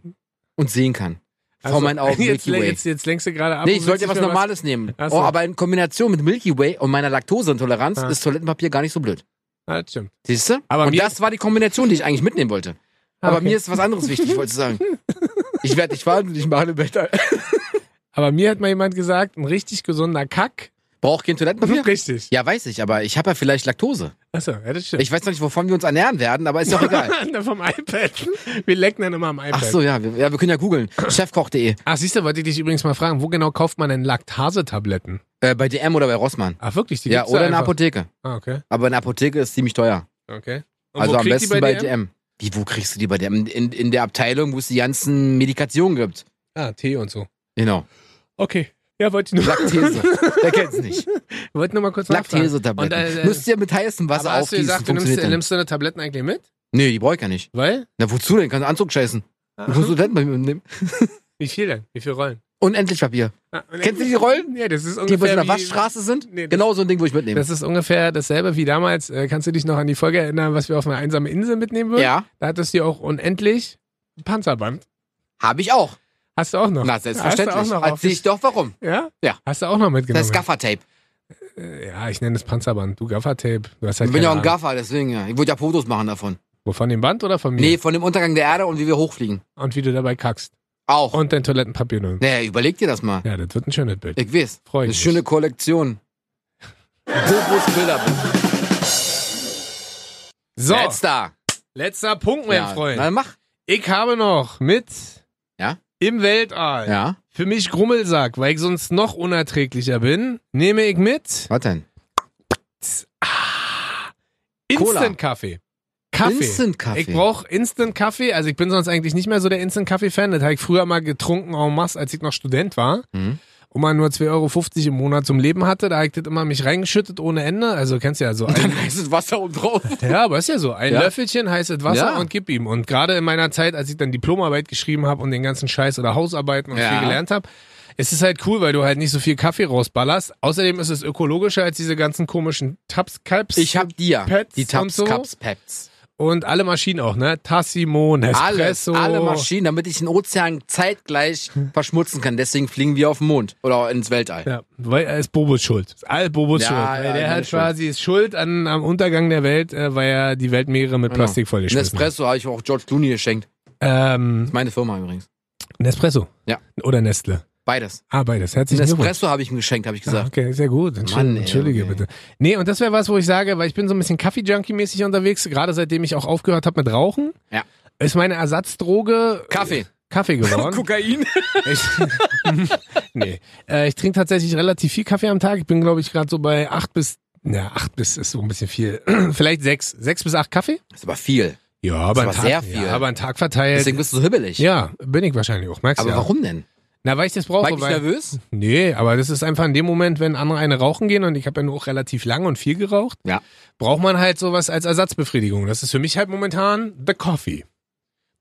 Speaker 2: und sehen kann. Vor
Speaker 1: Also,
Speaker 2: meinen
Speaker 1: *laughs*
Speaker 2: Augen
Speaker 1: Jetzt,
Speaker 2: Milky
Speaker 1: le-
Speaker 2: Way.
Speaker 1: jetzt, jetzt lenkst du gerade ab.
Speaker 2: nee,
Speaker 1: und
Speaker 2: ich
Speaker 1: willst
Speaker 2: sollte ja was
Speaker 1: nicht mehr
Speaker 2: Normales nehmen.
Speaker 1: Ach so.
Speaker 2: Oh, aber in Kombination mit Milky Way und meiner Laktoseintoleranz
Speaker 1: Ah.
Speaker 2: ist Toilettenpapier gar nicht so blöd.
Speaker 1: Ah, das stimmt.
Speaker 2: Siehst du?
Speaker 1: Aber
Speaker 2: und
Speaker 1: mir- Ah,
Speaker 2: das war die Kombination, die ich eigentlich mitnehmen wollte. Aber
Speaker 1: Okay.
Speaker 2: mir ist was anderes wichtig, wollte
Speaker 1: *laughs*
Speaker 2: ich sagen. Ich werde dich fahren und ich mache eine Better.
Speaker 1: Aber mir hat mal jemand gesagt, ein richtig gesunder Kack.
Speaker 2: Brauch kein Toilettenpapier?
Speaker 1: Richtig.
Speaker 2: Ja, weiß ich, aber ich habe ja vielleicht Laktose.
Speaker 1: Achso, ja, das stimmt.
Speaker 2: Ich weiß noch nicht, wovon wir uns ernähren werden, aber
Speaker 1: *laughs*
Speaker 2: ist doch egal.
Speaker 1: Dann vom iPad. Wir lecken dann immer am iPad.
Speaker 2: Ach so, ja, wir, ja, wir können ja googeln. Chefkoch.de.
Speaker 1: Ach, Ah, siehst du, wollte ich dich übrigens mal fragen, wo genau kauft man denn Laktasetabletten?
Speaker 2: Äh, bei DM oder bei Rossmann.
Speaker 1: Ach, wirklich? Die
Speaker 2: Ja,
Speaker 1: gibt's da
Speaker 2: oder in der
Speaker 1: einfach?
Speaker 2: Apotheke.
Speaker 1: Ah, okay.
Speaker 2: Aber in der Apotheke ist ziemlich teuer.
Speaker 1: Okay. Und
Speaker 2: Also
Speaker 1: wo
Speaker 2: am
Speaker 1: kriegt die
Speaker 2: besten bei DM?
Speaker 1: DM?
Speaker 2: Wie, wo kriegst du die bei DM? In, in der Abteilung, wo es die ganzen Medikationen gibt.
Speaker 1: Ah, Tee und so.
Speaker 2: Genau.
Speaker 1: Okay. Ja, wollte ich nur, *laughs*
Speaker 2: Laktese. Wer kennt's nicht?
Speaker 1: wollte nur mal kurz
Speaker 2: Laktese-Tabletten.
Speaker 1: nachfragen. Und, äh,
Speaker 2: Müsst ihr mit heißem Wasser
Speaker 1: aber hast du
Speaker 2: aufgießen.
Speaker 1: gesagt, du nimmst,
Speaker 2: funktioniert dann.
Speaker 1: nimmst deine Tabletten eigentlich mit?
Speaker 2: nee, die brauch ich ja nicht.
Speaker 1: Weil?
Speaker 2: Na, wozu denn? Kannst du Anzug scheißen. Du kannst Toilettenpapier nehmen.
Speaker 1: Wie viel denn? Wie viel Rollen?
Speaker 2: Unendlich Papier.
Speaker 1: Ah, und-
Speaker 2: Kennst du die Rollen?
Speaker 1: Ja, das ist
Speaker 2: Die, wo sie in
Speaker 1: ungefähr
Speaker 2: der
Speaker 1: wie,
Speaker 2: Waschstraße sind?
Speaker 1: Nee, das-
Speaker 2: genau so ein Ding, wo ich mitnehme.
Speaker 1: Das ist ungefähr dasselbe wie damals. Äh, kannst du dich noch an die Folge erinnern, was wir auf einer einsamen Insel mitnehmen würden?
Speaker 2: Ja,
Speaker 1: Da hattest du auch unendlich Panzerband.
Speaker 2: habe ich auch.
Speaker 1: Hast du auch noch?
Speaker 2: Na, selbstverständlich.
Speaker 1: Hast du auch noch
Speaker 2: Erzähl ich
Speaker 1: auf,
Speaker 2: doch warum.
Speaker 1: ja?
Speaker 2: Ja.
Speaker 1: Hast du auch noch mitgenommen?
Speaker 2: Das ist Gaffertape.
Speaker 1: Äh, ja, ich nenne es Panzerband. Du Gaffertape. Du hast halt
Speaker 2: Ich bin ja auch ein
Speaker 1: keine Ahnung.
Speaker 2: Gaffer, deswegen ja. Ich würde ja Fotos machen davon.
Speaker 1: Wovon dem Band oder von mir?
Speaker 2: Nee, von dem Untergang der Erde und wie wir hochfliegen.
Speaker 1: Und wie du dabei kackst.
Speaker 2: Auch.
Speaker 1: Und dein Toilettenpapier nimmst.
Speaker 2: Naja, überleg dir das mal.
Speaker 1: Ja, das wird ein schönes Bild.
Speaker 2: Ich weiß.
Speaker 1: Freu ich
Speaker 2: Eine
Speaker 1: mich.
Speaker 2: schöne Kollektion. Fotos, Bilder.
Speaker 1: So,
Speaker 2: Letzter.
Speaker 1: letzter Punkt, mein Freund.
Speaker 2: Na, mach.
Speaker 1: Ich habe noch mit
Speaker 2: Ja?
Speaker 1: im Weltall.
Speaker 2: Ja.
Speaker 1: Für mich Grummelsack, weil ich sonst noch unerträglicher bin, nehme ich mit
Speaker 2: Was denn? Cola.
Speaker 1: Instant-Kaffee. Kaffee.
Speaker 2: Instant-Kaffee.
Speaker 1: Ich brauche Instant-Kaffee. Also ich bin sonst eigentlich nicht mehr so der Instant-Kaffee-Fan. Das habe ich früher mal getrunken en masse, als ich noch Student war.
Speaker 2: Mhm.
Speaker 1: Und man nur 2,50 Euro im Monat zum Leben hatte. Da habe ich das immer mich reingeschüttet ohne Ende. Also kennst du ja so ein
Speaker 2: Dann *laughs* heißt es Wasser oben drauf.
Speaker 1: Ja, aber ist ja so. Ein
Speaker 2: Ja.
Speaker 1: Löffelchen heißes Wasser
Speaker 2: Ja.
Speaker 1: und gib ihm. Und gerade in meiner Zeit, als ich dann Diplomarbeit geschrieben habe und den ganzen Scheiß oder Hausarbeiten und
Speaker 2: Ja.
Speaker 1: viel gelernt habe, es ist halt cool, weil du halt nicht so viel Kaffee rausballerst. Außerdem ist es ökologischer als diese ganzen komischen Taps, Cups
Speaker 2: Ich hab die ja.
Speaker 1: Pets
Speaker 2: die
Speaker 1: und
Speaker 2: Taps,
Speaker 1: so.
Speaker 2: Cups, Peps.
Speaker 1: und alle Maschinen auch, ne? Tassimo,
Speaker 2: Alles,
Speaker 1: Nespresso.
Speaker 2: alle Maschinen, damit ich den Ozean zeitgleich verschmutzen kann. Deswegen fliegen wir auf den Mond oder ins Weltall.
Speaker 1: Ja, weil er ist Bobos schuld. Ist All Bobos
Speaker 2: Ja,
Speaker 1: schuld.
Speaker 2: ja,
Speaker 1: Weil
Speaker 2: der
Speaker 1: der hat
Speaker 2: ist schuld.
Speaker 1: quasi ist schuld an, am Untergang der Welt, äh, weil er die Weltmeere
Speaker 2: Genau.
Speaker 1: mit Plastik vollgeschmissen hat.
Speaker 2: Nespresso habe ich auch George Clooney geschenkt.
Speaker 1: Ähm,
Speaker 2: Meine Firma übrigens.
Speaker 1: Nespresso.
Speaker 2: Ja.
Speaker 1: Oder Nestle.
Speaker 2: Beides.
Speaker 1: Ah, beides. Herzlichen Glückwunsch.
Speaker 2: Nespresso habe ich ihm geschenkt, habe ich
Speaker 1: Ah,
Speaker 2: gesagt.
Speaker 1: Okay, sehr gut.
Speaker 2: Mann,
Speaker 1: Entschuldige,
Speaker 2: ey,
Speaker 1: Entschuldige
Speaker 2: okay.
Speaker 1: bitte. Nee, und das wäre was, wo ich sage, weil ich bin so ein bisschen Kaffee-Junkie-mäßig unterwegs, gerade seitdem ich auch aufgehört habe mit Rauchen.
Speaker 2: Ja.
Speaker 1: Ist meine Ersatzdroge
Speaker 2: Kaffee.
Speaker 1: Kaffee
Speaker 2: *laughs*
Speaker 1: geworden.
Speaker 2: Kokain.
Speaker 1: ich, *laughs* nee. Äh, ich trinke tatsächlich relativ viel Kaffee am Tag. Ich bin, glaube ich, gerade so bei acht bis, na, acht bis ist so ein bisschen viel. *clears throat* Vielleicht sechs, sechs bis acht Kaffee.
Speaker 2: ist aber viel.
Speaker 1: Ja, aber,
Speaker 2: aber
Speaker 1: einen Tag,
Speaker 2: sehr viel.
Speaker 1: Ja, aber einen Tag verteilt.
Speaker 2: Deswegen bist du so hibbelig.
Speaker 1: ja, bin ich wahrscheinlich auch. Merkst
Speaker 2: Aber
Speaker 1: du ja.
Speaker 2: warum denn?
Speaker 1: Na, weil ich das brauche.
Speaker 2: War ich nicht
Speaker 1: weil- *laughs*
Speaker 2: nervös?
Speaker 1: Nee, aber das ist einfach in dem Moment, wenn andere eine rauchen gehen und ich habe ja nur auch relativ lang und viel geraucht,
Speaker 2: Ja.
Speaker 1: braucht man halt sowas als Ersatzbefriedigung. Das ist für mich halt momentan the coffee.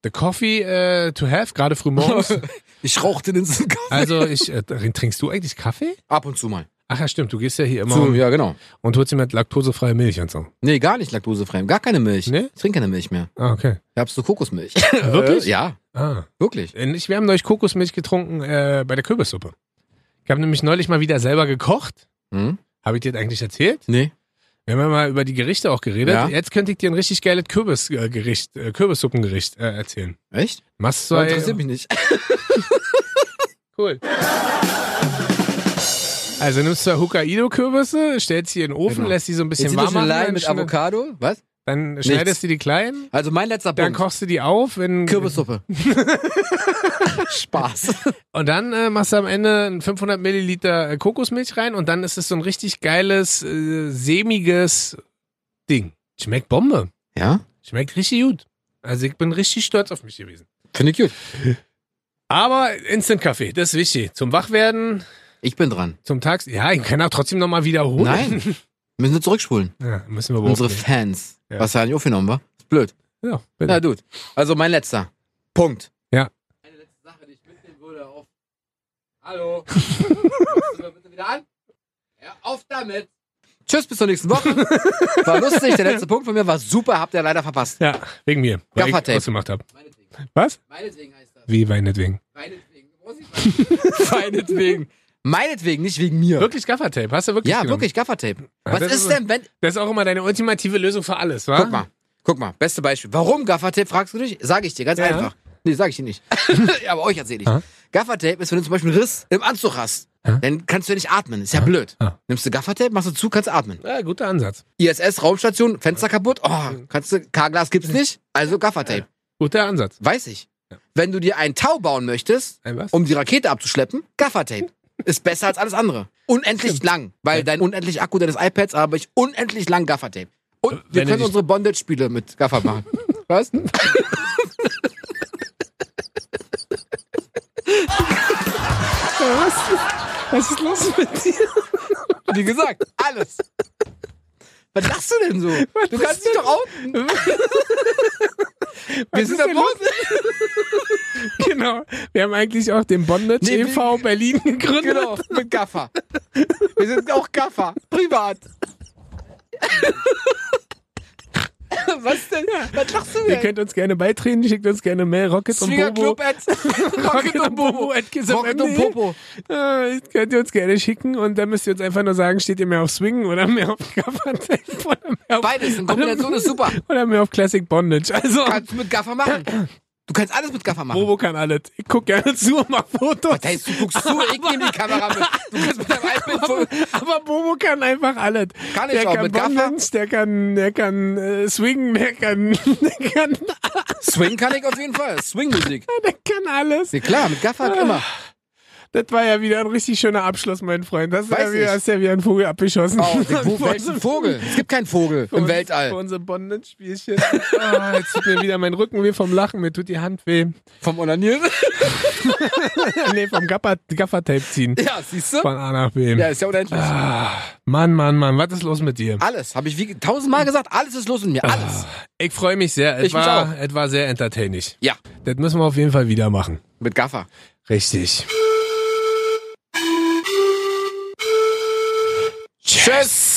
Speaker 1: The Coffee äh, to Have, gerade früh
Speaker 2: *laughs*
Speaker 1: morgens.
Speaker 2: Ich rauchte den so
Speaker 1: Also ich, äh, trinkst du eigentlich Kaffee?
Speaker 2: ab und zu mal.
Speaker 1: Ach ja, stimmt, du gehst ja hier immer
Speaker 2: Zu,
Speaker 1: und,
Speaker 2: ja, genau.
Speaker 1: und holst dir mit laktosefreie Milch und so.
Speaker 2: Nee, gar nicht laktosefrei. Gar keine Milch.
Speaker 1: Nee?
Speaker 2: Ich trinke keine Milch mehr.
Speaker 1: Ah, okay.
Speaker 2: Ich hab so Kokosmilch.
Speaker 1: Wirklich?
Speaker 2: Äh, *laughs* ja,
Speaker 1: Ah.
Speaker 2: wirklich.
Speaker 1: Äh, Ich, wir haben neulich Kokosmilch getrunken äh, bei der Kürbissuppe. Ich habe nämlich neulich mal wieder selber gekocht.
Speaker 2: Hm?
Speaker 1: Habe ich dir das eigentlich erzählt?
Speaker 2: Nee.
Speaker 1: Wir haben ja mal über die Gerichte auch geredet.
Speaker 2: Ja.
Speaker 1: Jetzt könnte ich dir ein richtig geiles Kürbisgericht, äh, Kürbissuppengericht äh, erzählen.
Speaker 2: Echt?
Speaker 1: Machst du
Speaker 2: Das
Speaker 1: zwei-
Speaker 2: interessiert mich nicht.
Speaker 1: Cool. Also nimmst du Hokkaido-Kürbisse, stellst sie in den Ofen,
Speaker 2: Genau.
Speaker 1: lässt sie so ein bisschen
Speaker 2: Jetzt
Speaker 1: warm machen,
Speaker 2: Leim
Speaker 1: dann,
Speaker 2: mit
Speaker 1: schne-
Speaker 2: Avocado. Was?
Speaker 1: dann schneidest du die klein,
Speaker 2: Also mein letzter
Speaker 1: dann
Speaker 2: Punkt.
Speaker 1: kochst du die auf in, *laughs*
Speaker 2: Kürbissuppe. Spaß.
Speaker 1: und dann äh, machst du am Ende ein 500 Milliliter äh, Kokosmilch rein und dann ist es so ein richtig geiles, äh, sämiges Ding. Schmeckt Bombe.
Speaker 2: Ja,
Speaker 1: Schmeckt richtig gut. Also ich bin richtig stolz auf mich gewesen.
Speaker 2: finde ich gut.
Speaker 1: Aber Instant-Kaffee, das ist wichtig. Zum Wachwerden,
Speaker 2: Ich bin dran.
Speaker 1: zum Tags... Ja, ich kann auch trotzdem nochmal wiederholen.
Speaker 2: Nein, wir müssen jetzt zurückspulen.
Speaker 1: *laughs* Ja, müssen wir
Speaker 2: Unsere
Speaker 1: beobachten.
Speaker 2: Fans.
Speaker 1: Ja.
Speaker 2: Was da nicht aufgenommen war. Ist blöd.
Speaker 1: Ja,
Speaker 2: Na,
Speaker 1: bitte.
Speaker 2: gut. Also mein letzter. Punkt.
Speaker 1: Ja.
Speaker 2: Eine letzte Sache, die ich mitnehmen würde auf.
Speaker 1: *laughs*
Speaker 2: Hallo. Machst du mal bitte wieder an? Ja, auf damit. Tschüss, bis zur nächsten
Speaker 1: *laughs*
Speaker 2: Woche. War lustig, der letzte Punkt von mir war super, habt ihr leider verpasst.
Speaker 1: Ja, wegen mir, weil ich
Speaker 2: Gaffertape.
Speaker 1: was gemacht habe.
Speaker 2: Meinetwegen.
Speaker 1: Was?
Speaker 2: Meinetwegen heißt das.
Speaker 1: Wie meinetwegen?
Speaker 2: Meinetwegen. *laughs* Meinetwegen. Meinetwegen, nicht wegen mir.
Speaker 1: Wirklich Gaffertape? Hast du wirklich
Speaker 2: Ja,
Speaker 1: genommen?
Speaker 2: wirklich Gaffertape.
Speaker 1: Ja,
Speaker 2: Was
Speaker 1: das
Speaker 2: ist
Speaker 1: ist-
Speaker 2: denn, wenn.
Speaker 1: Das ist auch immer deine ultimative Lösung für alles, wa?
Speaker 2: Guck mal, guck mal, beste Beispiel. Warum Gaffertape, fragst du dich? Sage ich dir, ganz
Speaker 1: Ja.
Speaker 2: einfach. Nee, sage ich dir *laughs* nicht. Aber euch erzähle ich.
Speaker 1: Ja.
Speaker 2: Gaffertape ist, wenn du zum Beispiel einen Riss im Anzug hast,
Speaker 1: Ja.
Speaker 2: dann kannst du ja nicht atmen. Ist ja blöd.
Speaker 1: Ja.
Speaker 2: Nimmst du Gaffertape, machst du zu, kannst atmen.
Speaker 1: Ja, guter Ansatz.
Speaker 2: ISS, Raumstation, Fenster kaputt, oh, kannst du, K-Glas gibt's nicht, also Gaffertape.
Speaker 1: Guter Ansatz.
Speaker 2: Weiß ich. Wenn du dir einen Tau bauen möchtest,
Speaker 1: Ein was? Hm.
Speaker 2: um die Rakete abzuschleppen, Gaffertape. Ist besser als alles andere. Unendlich lang, weil dein unendlich Akku deines iPads habe ich unendlich lang Gaffertape. Und wir
Speaker 1: Äh, Wenn du
Speaker 2: können
Speaker 1: dich-
Speaker 2: unsere Bondage-Spiele mit Gaffer
Speaker 1: *laughs*
Speaker 2: machen. Was?
Speaker 1: was? Was ist los mit dir?
Speaker 2: Wie gesagt,
Speaker 1: *laughs*
Speaker 2: alles. Was lachst du denn so? du
Speaker 1: ist
Speaker 2: kannst dich
Speaker 1: denn-
Speaker 2: doch outen.
Speaker 1: *laughs*
Speaker 2: Wir
Speaker 1: ist
Speaker 2: sind am
Speaker 1: denn
Speaker 2: Boden.
Speaker 1: genau. Wir haben eigentlich auch den Bondage
Speaker 2: Nee,
Speaker 1: e.V. Berlin gegründet.
Speaker 2: Genau, mit Gaffer. Wir sind auch Gaffer. Privat. Was denn? Was lachst du
Speaker 1: Ihr
Speaker 2: denn?
Speaker 1: könnt uns gerne beitreten, schickt uns gerne Mail, Rocket
Speaker 2: um
Speaker 1: und Bobo.
Speaker 2: Swingerclub at *laughs* Rocket und um Bobo.
Speaker 1: at kiss
Speaker 2: Rocket und
Speaker 1: FM.de.
Speaker 2: Popo.
Speaker 1: Äh, könnt ihr uns gerne schicken und dann müsst ihr uns einfach nur sagen, steht ihr mehr auf Swingen oder mehr auf Gaffertape oder mehr auf,
Speaker 2: Beides in Kombination ist super.
Speaker 1: *laughs* oder mehr auf Classic Bondage. Also,
Speaker 2: Kannst du mit Gaffer machen. Du kannst alles mit Gaffer machen.
Speaker 1: Bobo kann alles. Ich guck gerne zu und mach Fotos.
Speaker 2: Das heißt, du guckst zu, ich nehme die Kamera mit. Du kannst mit deinem *laughs* iPad
Speaker 1: Aber,
Speaker 2: so.
Speaker 1: aber Bobo kann einfach alles.
Speaker 2: Kann ich
Speaker 1: der
Speaker 2: auch
Speaker 1: kann
Speaker 2: mit Gaffer.
Speaker 1: Bondage, der kann, der kann äh, swingen, der kann, *laughs* der kann, ah,
Speaker 2: Swing kann ich auf jeden Fall. Swing-Musik.
Speaker 1: der kann alles.
Speaker 2: Ja, klar, mit Gaffer immer.
Speaker 1: Das war ja wieder ein richtig schöner Abschluss, mein Freund. Das
Speaker 2: Weiß
Speaker 1: ja wieder,
Speaker 2: ich.
Speaker 1: hast ja wieder einen Vogel abgeschossen. *laughs*
Speaker 2: Oh, der Wo- *laughs* welchen Vogel? Es gibt keinen Vogel im
Speaker 1: Für uns-
Speaker 2: Weltall.
Speaker 1: Für unsere Bondage-Spielchen. Ah, jetzt tut mir wieder mein Rücken weh vom Lachen, mir tut die Hand weh. *laughs*
Speaker 2: Vom Onanieren?
Speaker 1: nee, vom Gaffer- Gaffertape ziehen.
Speaker 2: Ja, siehst du?
Speaker 1: Von A nach B.
Speaker 2: Ja, ist ja unendlich.
Speaker 1: Mann, Mann, Mann, was ist los mit dir?
Speaker 2: Alles, habe ich wie tausendmal gesagt, alles ist los in mir, alles.
Speaker 1: Ich freue mich sehr. Es
Speaker 2: Ich mich
Speaker 1: war, es war sehr entertainig.
Speaker 2: Ja,
Speaker 1: Das müssen wir auf jeden Fall wieder machen.
Speaker 2: mit Gaffer.
Speaker 1: Richtig.
Speaker 2: Tschüss.